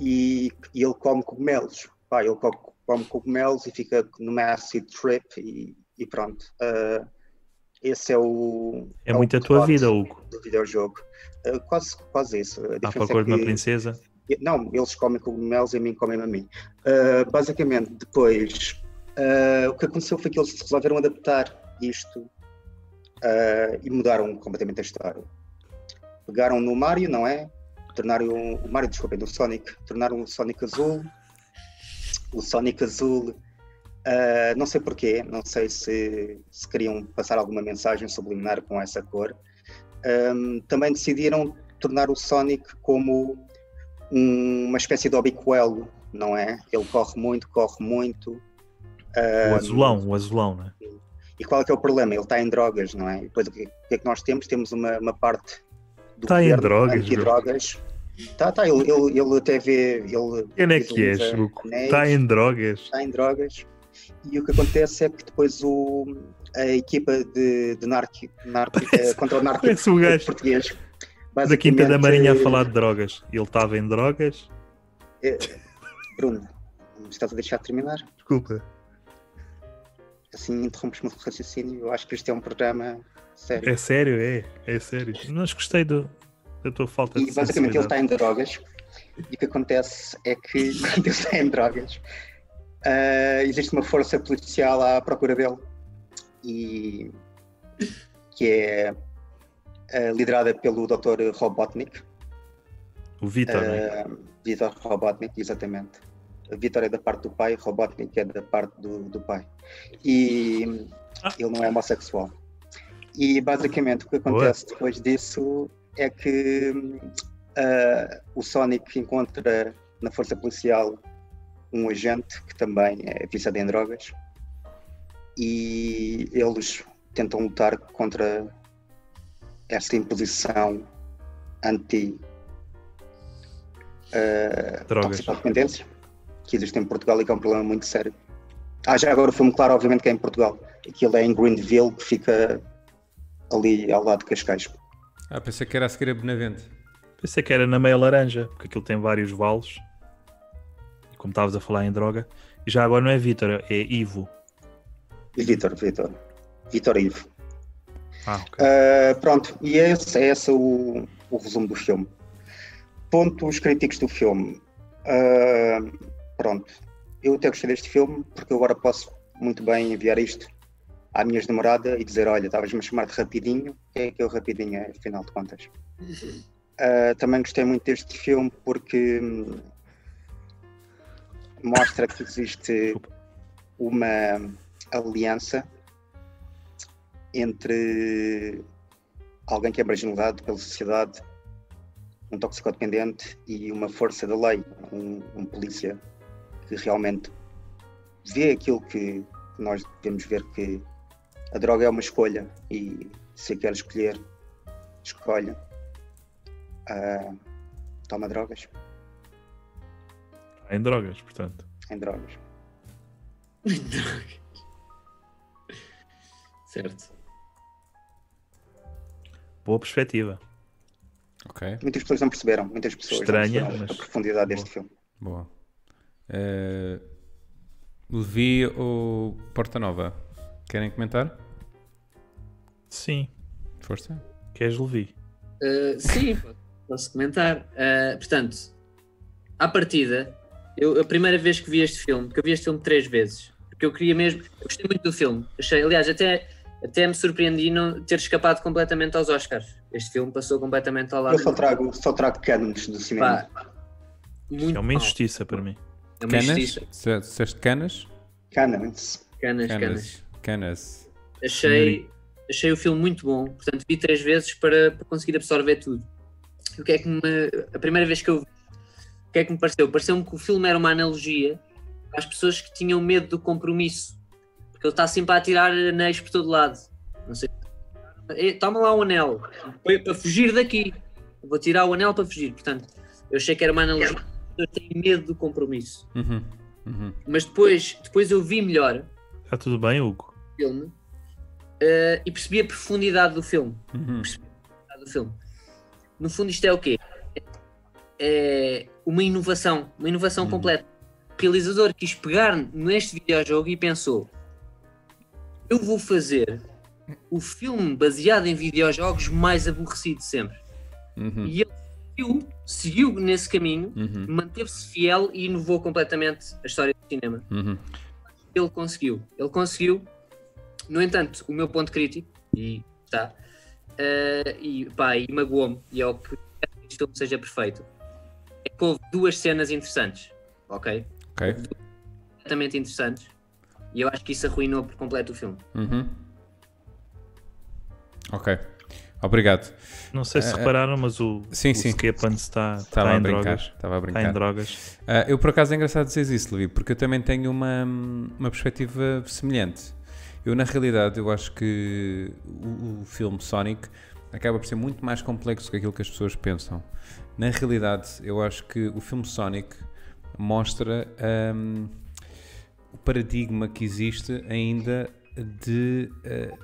Speaker 4: e, e ele come cogumelos. Pá, ele come, come cogumelos e fica numa acid trip e, e pronto. Eh, esse é um o.
Speaker 3: É
Speaker 4: o
Speaker 3: muito a tua
Speaker 4: plot
Speaker 3: vida, Hugo.
Speaker 4: Do videojogo. Eh, quase, quase isso. A
Speaker 3: À
Speaker 4: diferença é
Speaker 3: procura de uma
Speaker 4: que-
Speaker 3: princesa.
Speaker 4: Não, eles comem cogumelos e a mim comem a mim. Ah, basicamente, depois, ah, o que aconteceu foi que eles resolveram adaptar isto ah, e mudaram completamente a história. Pegaram no Mario, não é? Tornaram o Mario, desculpem, do Sonic. Tornaram o Sonic azul. O Sonic azul, ah, não sei porquê, não sei se, se queriam passar alguma mensagem subliminar com essa cor. Ahm, também decidiram tornar o Sonic como um- uma espécie de obicoelo, não é? Ele corre muito, corre muito.
Speaker 3: O
Speaker 4: Ahm,
Speaker 3: azulão, o azulão, não é?
Speaker 4: E qual é que é o problema? Ele está em drogas, não é? E depois o que, o que é que nós temos? Temos uma, uma parte do
Speaker 3: Está em
Speaker 4: governo
Speaker 3: drogas,
Speaker 4: anti-drogas. Está, está, ele, ele, ele até vê. Ele
Speaker 3: Quem é que és,
Speaker 4: visualiza
Speaker 3: Hugo?
Speaker 4: anéis,
Speaker 3: Está em drogas.
Speaker 4: está em drogas. E o que acontece é que depois o, a equipa de, de narqui, narqui- eh, contra o narco
Speaker 3: Parece um gajo
Speaker 4: português.
Speaker 3: da Quinta da
Speaker 4: basicamente,
Speaker 3: Marinha a
Speaker 4: eh,
Speaker 3: falar de drogas. Ele estava em drogas.
Speaker 4: Bruno, me estás a deixar terminar?
Speaker 3: Desculpa.
Speaker 4: Assim interrompes-me o raciocínio. Eu acho que isto é um programa sério.
Speaker 3: É sério, é. É sério. Mas gostei do, da tua falta de
Speaker 4: E basicamente ele
Speaker 3: sensibilidade.
Speaker 4: está em drogas. E o que acontece é que quando ele está em drogas, ah, existe uma força policial à procura dele. E que é ah, liderada pelo Dr. Robotnik.
Speaker 3: O Vitor, não é?
Speaker 4: Ah, Vitor Robotnik, exatamente. Vitor é da parte do pai, Robotnik é da parte do, do pai. E
Speaker 3: Ah.
Speaker 4: ele não é homossexual. E basicamente o que acontece depois disso é que hum, ah, o Sonic encontra na força policial um agente que também é viciado em drogas e eles tentam lutar contra esta imposição anti eh,
Speaker 3: Drogas.
Speaker 4: toxicodependência, que existe em Portugal e que é um problema muito sério. Ah, já agora foi-me claro, obviamente, que é em Portugal. Aquilo é em Greenville, que fica ali ao lado de Cascais.
Speaker 1: Ah, pensei que era a seguir a Benavente.
Speaker 3: Pensei é que era na meia laranja, porque aquilo tem vários vales. E como estavas a falar em droga. E já agora não é Vitor, é Ivo.
Speaker 4: E Vitor, Vitor. Vitor Ivo.
Speaker 3: Ah, ok.
Speaker 4: Ah, pronto, e é esse, é esse o, o resumo do filme. Pontos críticos do filme. Ah, pronto, eu até gostei deste filme porque eu agora posso muito bem enviar isto à minha namorada e dizer: Olha, estavas-me a chamar de rapidinho, é que eu rapidinho, é, afinal de contas. Ah, também gostei muito deste filme porque hum, mostra que existe
Speaker 3: Desculpa.
Speaker 4: uma aliança entre alguém que é marginalizado pela sociedade, um toxicodependente e uma força da lei, um, um polícia que realmente vê aquilo que nós devemos ver que a droga é uma escolha e se quer escolher, escolha. Ah, toma drogas,
Speaker 3: Em drogas, portanto.
Speaker 4: em drogas.
Speaker 2: certo.
Speaker 3: Boa perspectiva.
Speaker 1: Ok,
Speaker 4: Muitas pessoas não perceberam, muitas pessoas
Speaker 3: Estranha,
Speaker 4: não perceberam
Speaker 3: mas-
Speaker 4: a profundidade deste filme.
Speaker 1: boa. Eh, Levi ou Porta Nova? Querem comentar?
Speaker 3: Sim.
Speaker 1: Força.
Speaker 3: Queres Levi? é
Speaker 2: Uh, sim, po- posso comentar. Uh, portanto, à partida, eu, a primeira vez que vi este filme, porque eu vi este filme três vezes, porque eu queria mesmo, eu gostei muito do filme. Achei, aliás, até, até me surpreendi não ter escapado completamente aos Oscars. Este filme passou completamente ao lado.
Speaker 4: Eu só trago, só trago cânones do cinema.
Speaker 2: Pá, muito
Speaker 3: É uma
Speaker 2: mal.
Speaker 3: injustiça para mim.
Speaker 2: É uma
Speaker 1: Canas?
Speaker 2: injustiça.
Speaker 1: Se- Disseste canas?
Speaker 4: Cânones.
Speaker 2: Canas, canas.
Speaker 1: Canas.
Speaker 2: Achei, achei o filme muito bom, portanto vi três vezes para, para conseguir absorver tudo. E O que é que me, a primeira vez que eu vi, o que é que me pareceu? Pareceu-me que o filme era uma analogia às pessoas que tinham medo do compromisso, porque ele está sempre a atirar anéis por todo lado. Não sei. "Eh, Toma lá um anel, foi para fugir daqui. Eu Vou tirar o anel para fugir. Portanto, eu achei que era uma analogia. As pessoas têm medo do compromisso.
Speaker 1: Uhum. Uhum.
Speaker 2: Mas depois, depois eu vi melhor
Speaker 3: Está tudo bem, Hugo?
Speaker 2: filme eh, e percebi a profundidade do filme,
Speaker 1: Uhum.
Speaker 2: a do filme. No fundo, isto é o quê? É uma inovação, uma inovação
Speaker 1: Uhum.
Speaker 2: completa. O realizador quis pegar neste videojogo e pensou: eu vou fazer o filme baseado em videojogos mais aborrecido de sempre.
Speaker 1: Uhum.
Speaker 2: E ele seguiu, seguiu nesse caminho,
Speaker 1: Uhum.
Speaker 2: manteve-se fiel e inovou completamente a história do cinema
Speaker 1: Uhum.
Speaker 2: ele conseguiu. Ele conseguiu. No entanto, o meu ponto crítico, e tá, eh, e pá, e magoou-me, e é o que espero que este filme seja perfeito. É que houve duas cenas interessantes, ok?
Speaker 1: Ok.
Speaker 2: Completamente interessantes. E eu acho que isso arruinou por completo o filme.
Speaker 1: Uhum. Ok. Obrigado.
Speaker 3: Não sei se
Speaker 1: Eh,
Speaker 3: repararam, mas o,
Speaker 1: sim,
Speaker 3: o
Speaker 1: sim.
Speaker 3: Skepan está, está
Speaker 1: Estava a
Speaker 3: Tá em
Speaker 1: brincar.
Speaker 3: drogas.
Speaker 1: Estava a
Speaker 3: Está em
Speaker 1: brincar.
Speaker 3: drogas.
Speaker 1: Ah, eu, por acaso, é engraçado dizer isso, Levi, porque eu também tenho uma, uma perspectiva semelhante. Eu, na realidade, eu acho que o, o filme Sonic acaba por ser muito mais complexo do que aquilo que as pessoas pensam. Na realidade, eu acho que o filme Sonic mostra ahm, o paradigma que existe ainda de ah,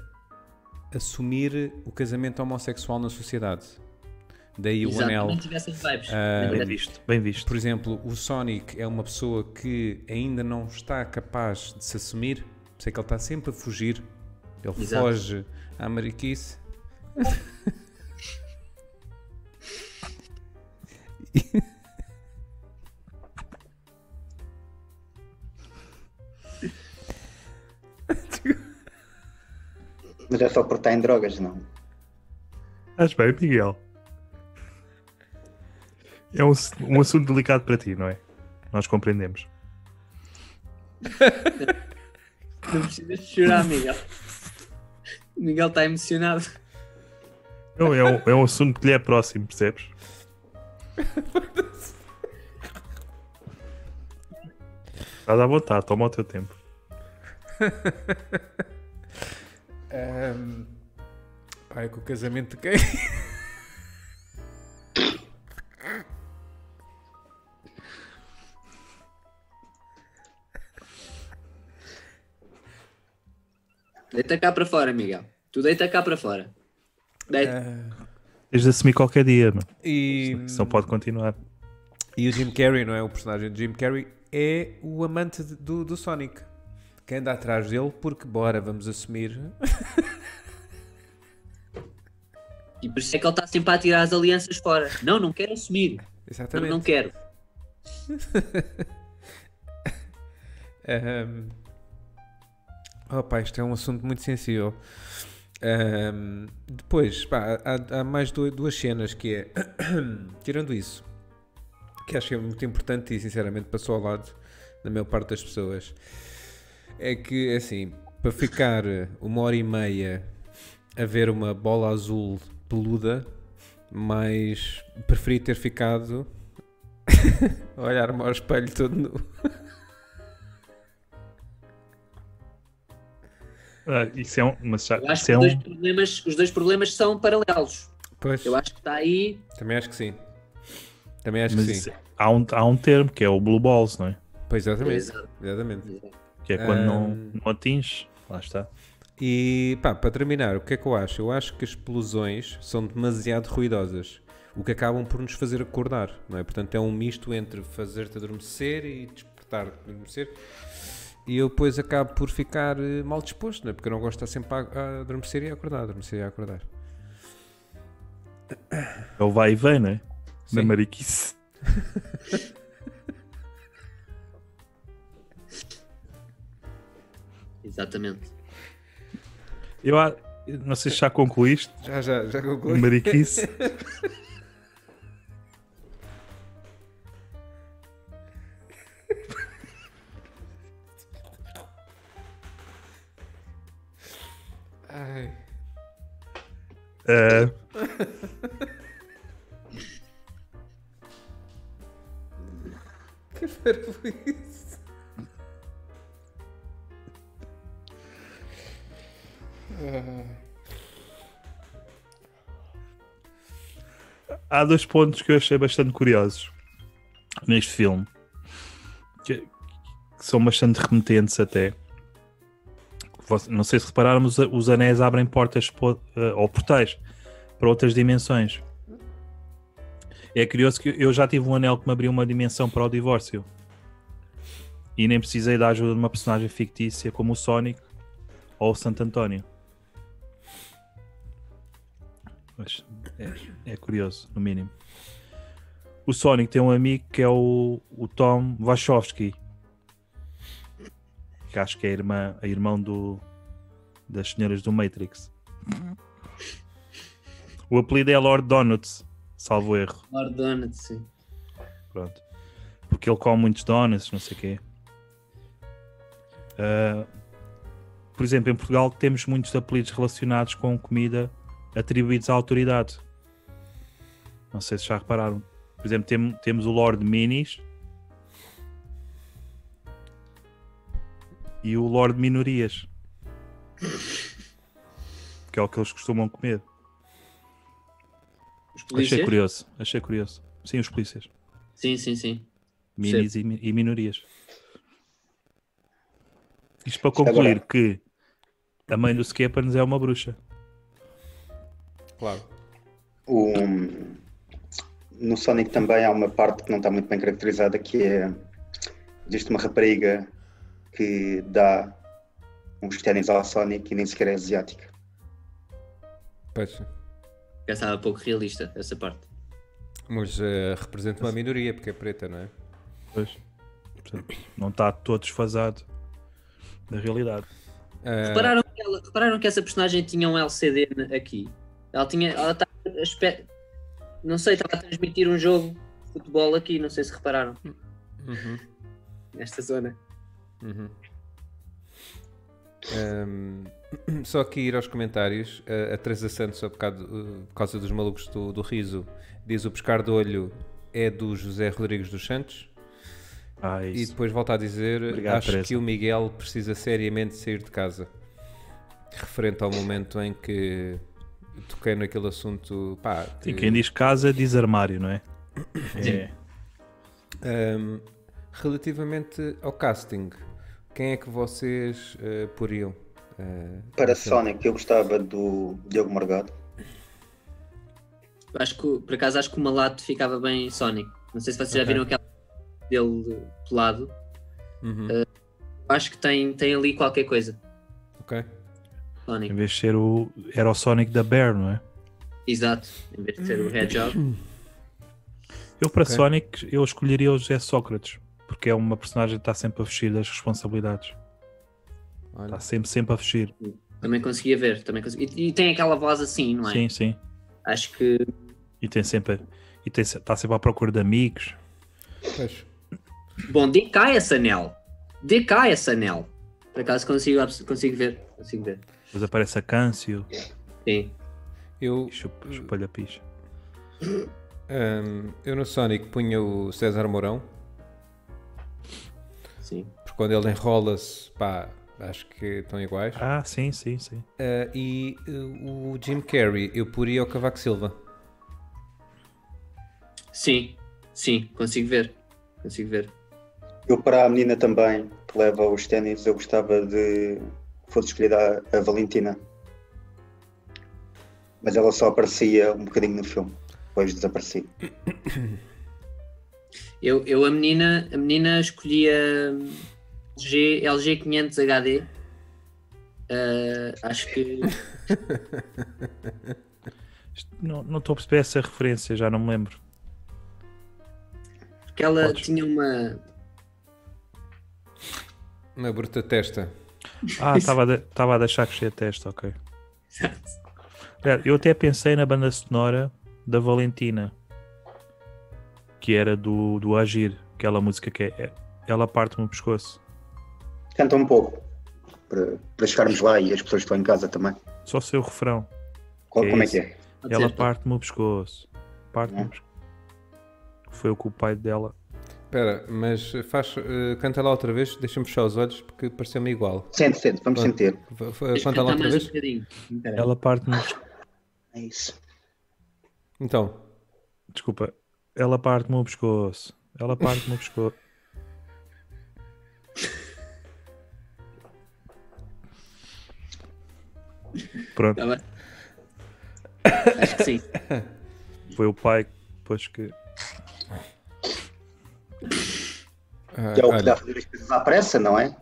Speaker 1: assumir o casamento homossexual na sociedade. Daí o anel. Ah,
Speaker 2: Não tivessem vibes.
Speaker 1: É.
Speaker 3: Bem visto, bem visto.
Speaker 1: Por exemplo, o Sonic é uma pessoa que ainda não está capaz de se assumir, por isso é que ele está sempre a fugir. Ele
Speaker 2: Exato.
Speaker 1: foge à mariquice.
Speaker 4: Mas é só por estar em drogas, não.
Speaker 3: Estás bem, Miguel? É um, um assunto delicado para ti, não é? Nós compreendemos.
Speaker 2: Não precisas de chorar, Miguel. O Miguel está emocionado.
Speaker 3: Não, é, um, é um assunto que lhe é próximo, percebes? Estás à vontade, toma o teu tempo.
Speaker 1: Pai, é com o casamento de quem?
Speaker 2: Deita cá para fora, Miguel. Tu deita cá para fora. Deita.
Speaker 3: É. Tens de assumir qualquer dia, mano.
Speaker 1: E,
Speaker 2: Hum.
Speaker 3: Senão pode continuar.
Speaker 1: e o Jim Carrey, não é? O personagem do Jim Carrey é o amante de- do, do Sonic. Quem anda atrás dele, porque bora, vamos assumir.
Speaker 2: E por isso é que ele está sempre a tirar as alianças fora. Não, não quero assumir. Não,
Speaker 1: Exatamente.
Speaker 2: não quero.
Speaker 1: Ahm. Opa, isto é um assunto muito sensível. Ahm, depois, pá, há, há mais du- duas cenas que é. Tirando isso, que acho que é muito importante e sinceramente passou ao lado da maior parte das pessoas, é que assim, para ficar eh, uma hora e meia a ver uma bola azul peluda, mas preferi ter ficado a olhar-me ao espelho todo nu.
Speaker 3: Ah, isso é um. Mas já,
Speaker 2: Eu acho
Speaker 3: isso
Speaker 2: que
Speaker 3: é
Speaker 2: os dois,
Speaker 3: um.
Speaker 2: problemas, os dois problemas são paralelos.
Speaker 1: Pois,
Speaker 2: Eu acho que está aí.
Speaker 1: também acho que sim. Também acho
Speaker 3: mas
Speaker 1: que
Speaker 3: isso
Speaker 1: sim.
Speaker 3: é- há, um, há um termo que é o Blue Balls, não é?
Speaker 1: Pois, exatamente.
Speaker 2: Exato,
Speaker 1: exatamente.
Speaker 2: exato.
Speaker 3: Que é quando não,
Speaker 1: Ahm.
Speaker 2: Ah.
Speaker 3: não atinges. Lá está.
Speaker 1: E pá, para terminar, o que é que eu acho? Eu acho que as explosões são demasiado ruidosas, o que acabam por nos fazer acordar, não é? Portanto, é um misto entre fazer-te adormecer e despertar adormecer. E eu depois acabo por ficar eh, mal disposto, não é? Porque eu não gosto de estar sempre a, a adormecer e a acordar, adormecer e a acordar.
Speaker 3: É o vai e vem, não é?
Speaker 1: Sim.
Speaker 3: Da mariquice.
Speaker 2: Exatamente.
Speaker 3: Eu a- não sei se já concluíste.
Speaker 1: Já, já, já concluí.
Speaker 3: Mariquice.
Speaker 1: Ai.
Speaker 3: Ah,
Speaker 1: Que parvoíce.
Speaker 3: É. há dois pontos que eu achei bastante curiosos neste filme que, que são bastante remetentes até Voc- não sei se repararam os, a- os anéis abrem portas po- eh, ou portais para outras dimensões é curioso que eu já tive um anel que me abriu uma dimensão para o divórcio e nem precisei da ajuda de uma personagem fictícia como o Sonic ou o Santo António Mas é, é curioso, no mínimo. O Sonic tem um amigo que é o, o Tom Wachowski. Que acho que é a irmã, a irmão do, das senhoras do Matrix. O apelido é Lord Donuts, salvo erro.
Speaker 2: Lord Donald, sim.
Speaker 3: Pronto. Porque ele come muitos donuts, não sei o quê. Ah, por exemplo, em Portugal temos muitos apelidos relacionados com comida atribuídos à autoridade. Não sei se já repararam. Por exemplo, tem- temos o Lord Minis e o Lord Minorias. Que é o que eles costumam comer.
Speaker 2: Os
Speaker 3: Achei
Speaker 2: polícias?
Speaker 3: curioso. Achei curioso. Sim, os polícias.
Speaker 2: Sim, sim, sim.
Speaker 3: minis e, mi- e minorias. Isto para
Speaker 4: agora-
Speaker 3: concluir que a mãe do Skeppans é uma bruxa.
Speaker 1: Claro.
Speaker 4: O- no Sonic também há uma parte que não está muito bem caracterizada que é existe uma rapariga que dá uns ténis ao Sonic e nem sequer é asiática.
Speaker 1: Pois.
Speaker 2: Já estava pouco realista essa parte.
Speaker 1: Mas eh, representa uma minoria, porque é preta, não é?
Speaker 3: Pois. Portanto, não está todo desfasado da realidade. É.
Speaker 1: Ah,
Speaker 2: Repararam, que ela- repararam que essa personagem tinha um LCD na- aqui? Ela tinha. Ela está. Não sei, estava a transmitir um jogo de futebol aqui, não sei se repararam.
Speaker 1: uhum.
Speaker 2: Nesta zona.
Speaker 1: Uhum. Ahm, só aqui ir aos comentários. A, a Teresa Santos, há bocado, uh, por causa dos malucos do, do riso, diz o pescar do olho é do José Rodrigues dos Santos.
Speaker 3: Ah, é
Speaker 1: E
Speaker 3: isso.
Speaker 1: depois volta a dizer:
Speaker 3: Obrigado,
Speaker 1: Acho
Speaker 3: Teresa.
Speaker 1: que o Miguel precisa seriamente sair de casa. Referente ao momento em que toquei naquele assunto. Pá, que-
Speaker 3: Sim, quem diz casa diz armário, não é? É.
Speaker 1: Ahm, relativamente ao casting, quem é que vocês eh, poriam? eh,
Speaker 4: Para Sonic eu gostava do Diogo Morgado.
Speaker 2: Eu Acho que, o- por acaso, acho que o Malato ficava bem em Sonic. Não sei se vocês já
Speaker 1: Ok.
Speaker 2: viram aquela dele pelado. Eh,
Speaker 1: Uhum,
Speaker 2: Eu Acho que tem, tem ali qualquer coisa.
Speaker 1: ok.
Speaker 3: Em
Speaker 2: Sonic.
Speaker 3: vez de ser o. Era o Sonic da Bear, não é?
Speaker 2: Exato. Em vez de ser o
Speaker 1: Uhum.
Speaker 2: Hedgehog.
Speaker 3: Eu, para
Speaker 1: Ok.
Speaker 3: Sonic, eu escolheria o José Sócrates. Porque é uma personagem que está sempre a fugir das responsabilidades.
Speaker 1: Olha.
Speaker 3: Está sempre, sempre a fugir.
Speaker 2: Também conseguia ver. Também conseguia. E, e tem aquela voz assim, não é?
Speaker 3: Sim, sim.
Speaker 2: Acho que
Speaker 3: E tem sempre. E tem, se- está sempre à procura de amigos.
Speaker 1: Pois.
Speaker 2: Bom, dê cá esse anel. Dê cá esse anel. Por acaso consigo, abs- consigo ver. Consigo ver.
Speaker 3: Depois aparece a Câncio
Speaker 2: Sim.
Speaker 1: Eu,
Speaker 3: e chup- chupa-lhe a picha.
Speaker 1: ahm, eu no Sonic punha o César Mourão,
Speaker 2: Sim.
Speaker 1: porque quando ele enrola-se, pá, acho que estão iguais.
Speaker 3: Ah, sim, sim, sim.
Speaker 1: Eh, e eh, o Jim Carrey, eu poria o Cavaco Silva.
Speaker 2: Sim, sim, consigo ver. Consigo ver.
Speaker 4: Eu, para a menina também, que leva os ténis, eu gostava de que fosse escolhida a, a Valentina. Mas ela só aparecia um bocadinho no filme, depois desaparecia.
Speaker 2: Eu, eu a menina, a menina escolhia hum, G, LG500 HD. Ah, acho que
Speaker 3: Isto- Não não estou a perceber essa referência, já não me lembro.
Speaker 2: porque ela
Speaker 3: Podes.
Speaker 2: tinha uma.
Speaker 1: Uma bruta testa.
Speaker 3: Ah, estava a, de- estava a deixar crescer a testa, ok. Aliás, Eu até pensei na banda sonora da Valentina, que era do, do Agir, aquela música que é- é, ela parte-me o pescoço.
Speaker 4: Canta um pouco, para, para chegarmos lá e as pessoas que estão em casa também.
Speaker 3: Só sei o refrão.
Speaker 4: Qual-
Speaker 3: É
Speaker 4: como
Speaker 3: isso.
Speaker 4: é que é?
Speaker 2: Pode É.
Speaker 3: Ela
Speaker 2: ser.
Speaker 3: parte-me o pescoço. Parte-me o
Speaker 4: Hum.
Speaker 3: pescoço. Foi o que o pai dela.
Speaker 1: Espera, mas faz, eh, canta lá outra vez, deixa-me fechar os olhos porque pareceu-me igual.
Speaker 4: Sente, sente, vamos
Speaker 1: Bom.
Speaker 4: sentir.
Speaker 1: V-
Speaker 2: Tens
Speaker 1: v- Canta lá
Speaker 2: de cantar
Speaker 1: outra
Speaker 2: mais um
Speaker 1: vez?
Speaker 2: bocadinho. Espera.
Speaker 3: Ela parte-me. o pescoço.
Speaker 4: É isso.
Speaker 1: Então,
Speaker 3: Desculpa. Ela parte-me o pescoço. Ela parte-me o pescoço. Pronto.
Speaker 2: Tá bem. Acho que sim.
Speaker 3: Foi o pai que depois que.
Speaker 1: ah,
Speaker 4: Que é o que dá
Speaker 1: olha,
Speaker 4: a fazer as coisas à pressa, não é?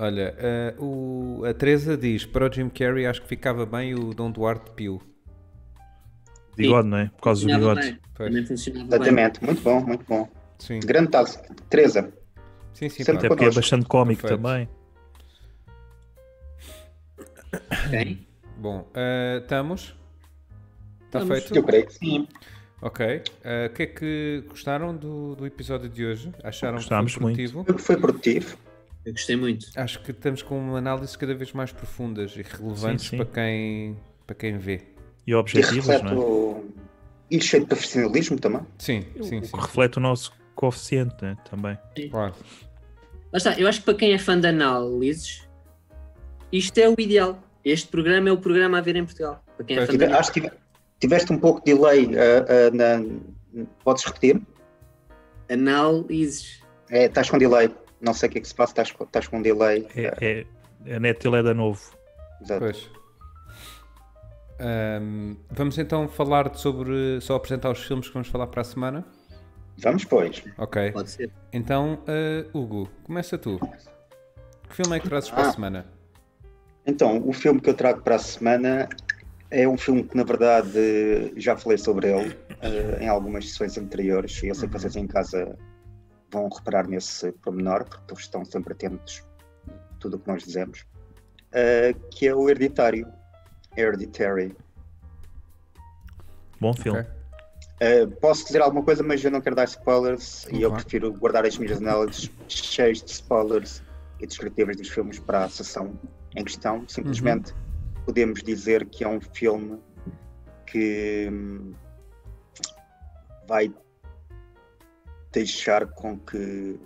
Speaker 1: olha, eh, o- a Teresa diz: para o Jim Carrey acho que ficava bem o Dom Duarte Pio.
Speaker 3: Bigode, não é? Por causa do
Speaker 2: Funcionava
Speaker 3: bigode.
Speaker 2: bem.
Speaker 1: Pois.
Speaker 2: Também funcionava bem.
Speaker 4: Exatamente, muito bom, muito bom.
Speaker 1: Sim,
Speaker 4: Grande taça. Teresa,
Speaker 1: sim, sim.
Speaker 4: sempre
Speaker 1: pá.
Speaker 3: Até porque é
Speaker 4: Connosco.
Speaker 3: bastante cómico
Speaker 1: Perfeito.
Speaker 3: também.
Speaker 2: Ok.
Speaker 1: Bom, eh, estamos? Está
Speaker 2: Estamos.
Speaker 1: feito?
Speaker 4: eu creio que sim.
Speaker 1: Ok. Eh, O que é que gostaram do, do episódio de hoje? Acharam
Speaker 3: Gostámos
Speaker 1: que foi produtivo?
Speaker 4: Foi produtivo.
Speaker 2: Eu gostei muito.
Speaker 1: Acho que estamos com uma análise cada vez mais profundas e relevantes
Speaker 3: sim.
Speaker 1: para quem para quem vê.
Speaker 3: E
Speaker 4: E
Speaker 3: objetivos,
Speaker 4: reflete
Speaker 3: não é?
Speaker 4: o- e cheio de profissionalismo também.
Speaker 1: Sim, sim, sim.
Speaker 3: O que reflete o nosso coeficiente, né? Também.
Speaker 1: Claro.
Speaker 2: Lá está, eu acho que para quem é fã de análises, isto é o ideal. Este programa é o programa a ver em Portugal. Para quem é
Speaker 1: Pois,
Speaker 2: fã de
Speaker 4: Tive-
Speaker 2: análises.
Speaker 4: acho que tive- tiveste um pouco de delay. ah, ah, na- podes repetir?
Speaker 2: análises.
Speaker 4: É, estás com delay. Não sei o que é que se passa, estás, com- estás com delay. Ah,
Speaker 3: É, é, a Netil é da novo.
Speaker 4: exato.
Speaker 1: Pois. Ahm, vamos então falar de sobre. Só apresentar os filmes que vamos falar para a semana?
Speaker 4: Vamos, pois.
Speaker 1: Ok.
Speaker 2: Pode ser.
Speaker 1: Então, eh, Hugo, começa tu. Que filme é que trazes para a semana?
Speaker 4: Então, o filme que eu trago para a semana é um filme que, na verdade, já falei sobre ele eh, em algumas sessões anteriores. Eu sei que vocês em casa vão reparar nesse pormenor, porque eles estão sempre atentos a tudo o que nós dizemos, eh, que é o Hereditário. Hereditary.
Speaker 3: Bom filme.
Speaker 1: Ok.
Speaker 4: Eh, posso dizer alguma coisa, mas eu não quero dar spoilers e eu
Speaker 1: Claro.
Speaker 4: prefiro guardar as minhas análises cheias de spoilers e descritivas dos filmes para a sessão em questão. Simplesmente podemos dizer que é um filme que hum, vai deixar com que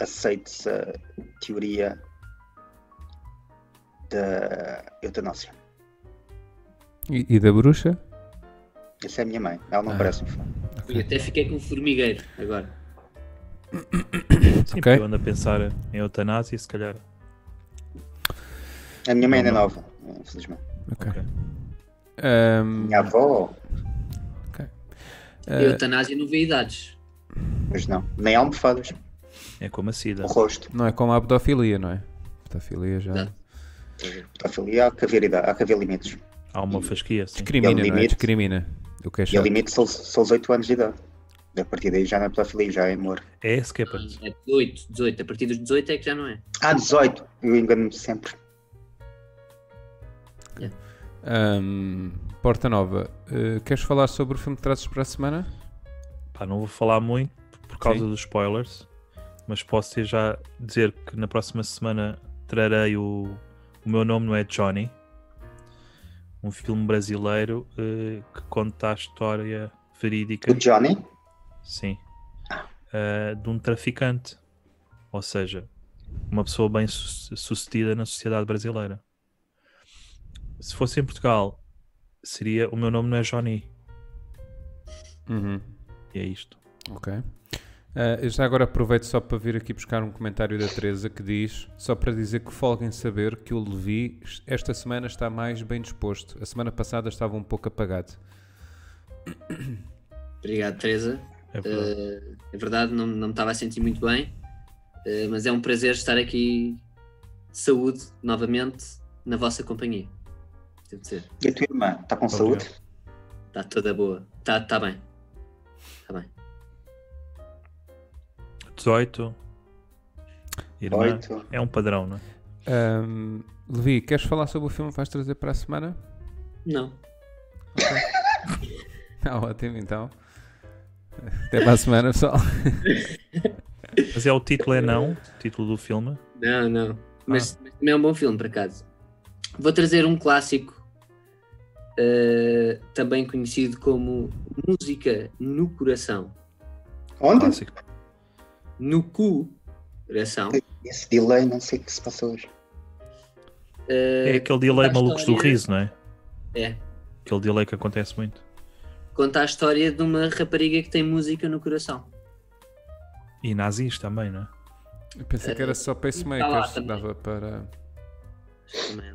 Speaker 4: aceites a teoria da eutanásia.
Speaker 1: E, da bruxa?
Speaker 4: Essa é a minha mãe, ela não
Speaker 1: Ah.
Speaker 4: parece um filme.
Speaker 2: Eu até fiquei com um formigueiro agora.
Speaker 3: Sim,
Speaker 1: Ok.
Speaker 3: eu ando a pensar em eutanásia, se calhar.
Speaker 4: A minha mãe
Speaker 3: Não,
Speaker 4: ainda é nova, infelizmente.
Speaker 1: Ok.
Speaker 3: Ok.
Speaker 1: Ahm,
Speaker 4: Minha avó,
Speaker 1: eh,
Speaker 2: Eutanásia não vê idades.
Speaker 4: mas não. Nem almofadas.
Speaker 3: É como a SIDA.
Speaker 4: O rosto.
Speaker 1: não é como a pedofilia, não é? Pedofilia já.
Speaker 2: Exato.
Speaker 4: Pedofilia, há que haver, idade- há que haver limites.
Speaker 3: Há uma fasquia, sim.
Speaker 1: Discrimina,
Speaker 4: Ele
Speaker 1: não é?
Speaker 4: limite.
Speaker 1: Discrimina. O que é
Speaker 4: E o
Speaker 1: chato.
Speaker 4: limite são, são os 8 anos de idade. A partir daí já não é pedofilia, já é amor.
Speaker 3: É esse que é para
Speaker 2: É 18, 18. A partir dos 18 é que já não é.
Speaker 4: Ah, 18. Eu engano-me sempre.
Speaker 1: Ahm, Porta Nova, eh, queres falar sobre o filme que trazes para a semana?
Speaker 3: Pá, não vou falar muito por causa
Speaker 1: Sim.
Speaker 3: dos spoilers, mas posso ter já dizer que na próxima semana trarei o, o Meu Nome Não É Johnny, um filme brasileiro eh, que conta a história verídica,
Speaker 4: O Johnny,
Speaker 3: sim, eh, de um traficante. Ou seja, uma pessoa bem su- sucedida na sociedade brasileira. Se fosse em Portugal, seria o meu nome não é Johnny.
Speaker 1: Uhum.
Speaker 3: E é isto.
Speaker 1: Ok. Ah, eu já agora aproveito só para vir aqui buscar um comentário da Teresa que diz: só para dizer que folguem saber que o Levi esta semana está mais bem disposto. A semana passada estava um pouco apagado.
Speaker 2: Obrigado, Teresa.
Speaker 3: É verdade.
Speaker 2: Eh, é verdade, não, não me estava a sentir muito bem, eh, mas é um prazer estar aqui de saúde novamente na vossa companhia. Devo dizer,
Speaker 4: E a tua irmã, está com
Speaker 3: Obrigado.
Speaker 4: saúde?
Speaker 2: está toda boa, está tá bem. Está bem.
Speaker 3: 18. Irmã.
Speaker 4: Oito.
Speaker 3: É um padrão, não é?
Speaker 1: Ahm, Levi, queres falar sobre o filme que vais trazer para a semana?
Speaker 2: Não.
Speaker 1: Ah, ótimo, então. Até para a semana, pessoal.
Speaker 3: Mas é o título, é não? O título do filme.
Speaker 2: Não, não. Mas, mas também é um bom filme, por acaso. Vou trazer um clássico, eh, também conhecido como Música no Coração.
Speaker 4: Onde?
Speaker 3: Clássico.
Speaker 2: No cu, coração.
Speaker 4: Esse delay, não sei o que se passa hoje.
Speaker 3: É
Speaker 2: Eh,
Speaker 3: aquele delay
Speaker 2: a
Speaker 3: malucos do
Speaker 2: história-
Speaker 3: riso, não é?
Speaker 2: é.
Speaker 3: Aquele delay que acontece muito.
Speaker 2: Conta a história de uma rapariga que tem música no coração.
Speaker 3: E nazis também, não é?
Speaker 1: Eu pensei que era só
Speaker 2: Tá lá
Speaker 1: pacemakers.
Speaker 2: também.
Speaker 1: Dava para.
Speaker 2: Também. é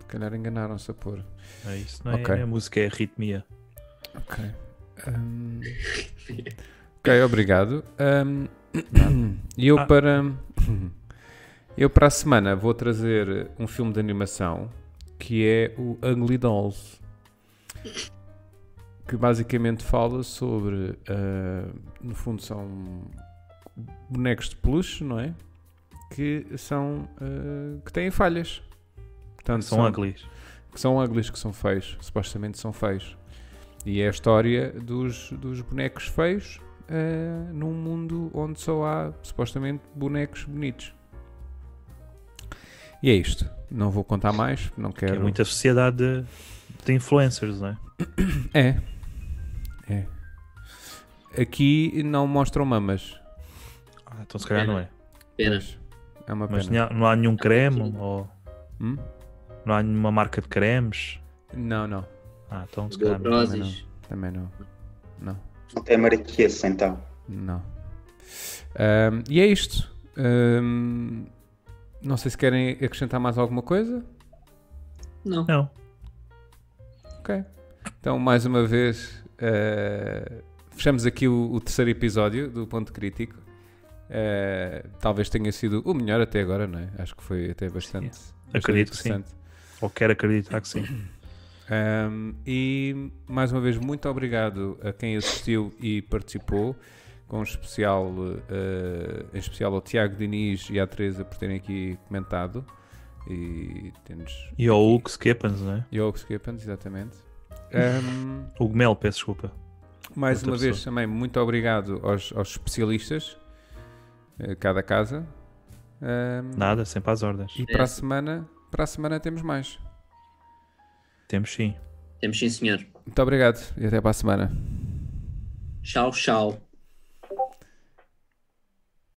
Speaker 1: Se calhar enganaram-se a pôr.
Speaker 3: É isso, não é,
Speaker 1: Ok.
Speaker 3: não é música, é arritmia.
Speaker 1: Ok. Ahm, Hum. ok, obrigado. Ahm, E eu
Speaker 3: Ah.
Speaker 1: para. Eu para a semana vou trazer um filme de animação que é o Ugly Dolls. Que basicamente fala sobre. ah, no fundo, são bonecos de peluche, não é? Que são. ah, que têm falhas. Portanto,
Speaker 3: São uglies.
Speaker 1: que são uglies, que são feios, supostamente são feios. E é a história dos, dos bonecos feios eh, num mundo onde só há supostamente bonecos bonitos. E é isto. Não vou contar mais, não
Speaker 3: Que
Speaker 1: quero.
Speaker 3: é muita sociedade de, de influencers, não é?
Speaker 1: É. É. Aqui não mostram mamas.
Speaker 3: Ah, então se calhar não é.
Speaker 2: Pena.
Speaker 1: Pois. É uma
Speaker 3: Mas
Speaker 1: pena.
Speaker 3: nha- não há nenhum creme ou
Speaker 1: Hum?
Speaker 3: não há nenhuma marca de cremes.
Speaker 1: Não, não.
Speaker 3: Ah, então se calhar não.
Speaker 2: Dobroses.
Speaker 1: Também não. Não.
Speaker 4: Não tem Mariquês, então.
Speaker 1: Não. Ahm, e é isto. Ahm, não sei se querem acrescentar mais alguma coisa.
Speaker 2: Não.
Speaker 3: Não.
Speaker 1: Ok. Então, mais uma vez, eh, fechamos aqui o, o terceiro episódio do Ponto Crítico. Eh, talvez tenha sido o melhor até agora, não é? Acho que foi até bastante. bastante
Speaker 3: Acredito que sim.
Speaker 1: interessante.
Speaker 3: Ou quero acreditar que sim.
Speaker 1: Um, e mais uma vez, muito obrigado a quem assistiu e participou, com especial, eh, em especial ao Tiago Diniz e à Teresa por terem aqui comentado. E temos.
Speaker 3: E ao Hugo Skippens, não é?
Speaker 1: E ao Skippens, exatamente. Um,
Speaker 3: Hugo Mel, peço desculpa.
Speaker 1: mais
Speaker 3: Outra
Speaker 1: uma vez
Speaker 3: pessoa.
Speaker 1: também, muito obrigado aos, aos especialistas, eh, cada casa. Um,
Speaker 3: Nada, sempre às ordens.
Speaker 1: E para a semana, para a semana temos mais.
Speaker 3: Temos sim.
Speaker 2: Temos sim, senhor.
Speaker 1: Muito obrigado e até para a semana.
Speaker 2: Tchau, tchau.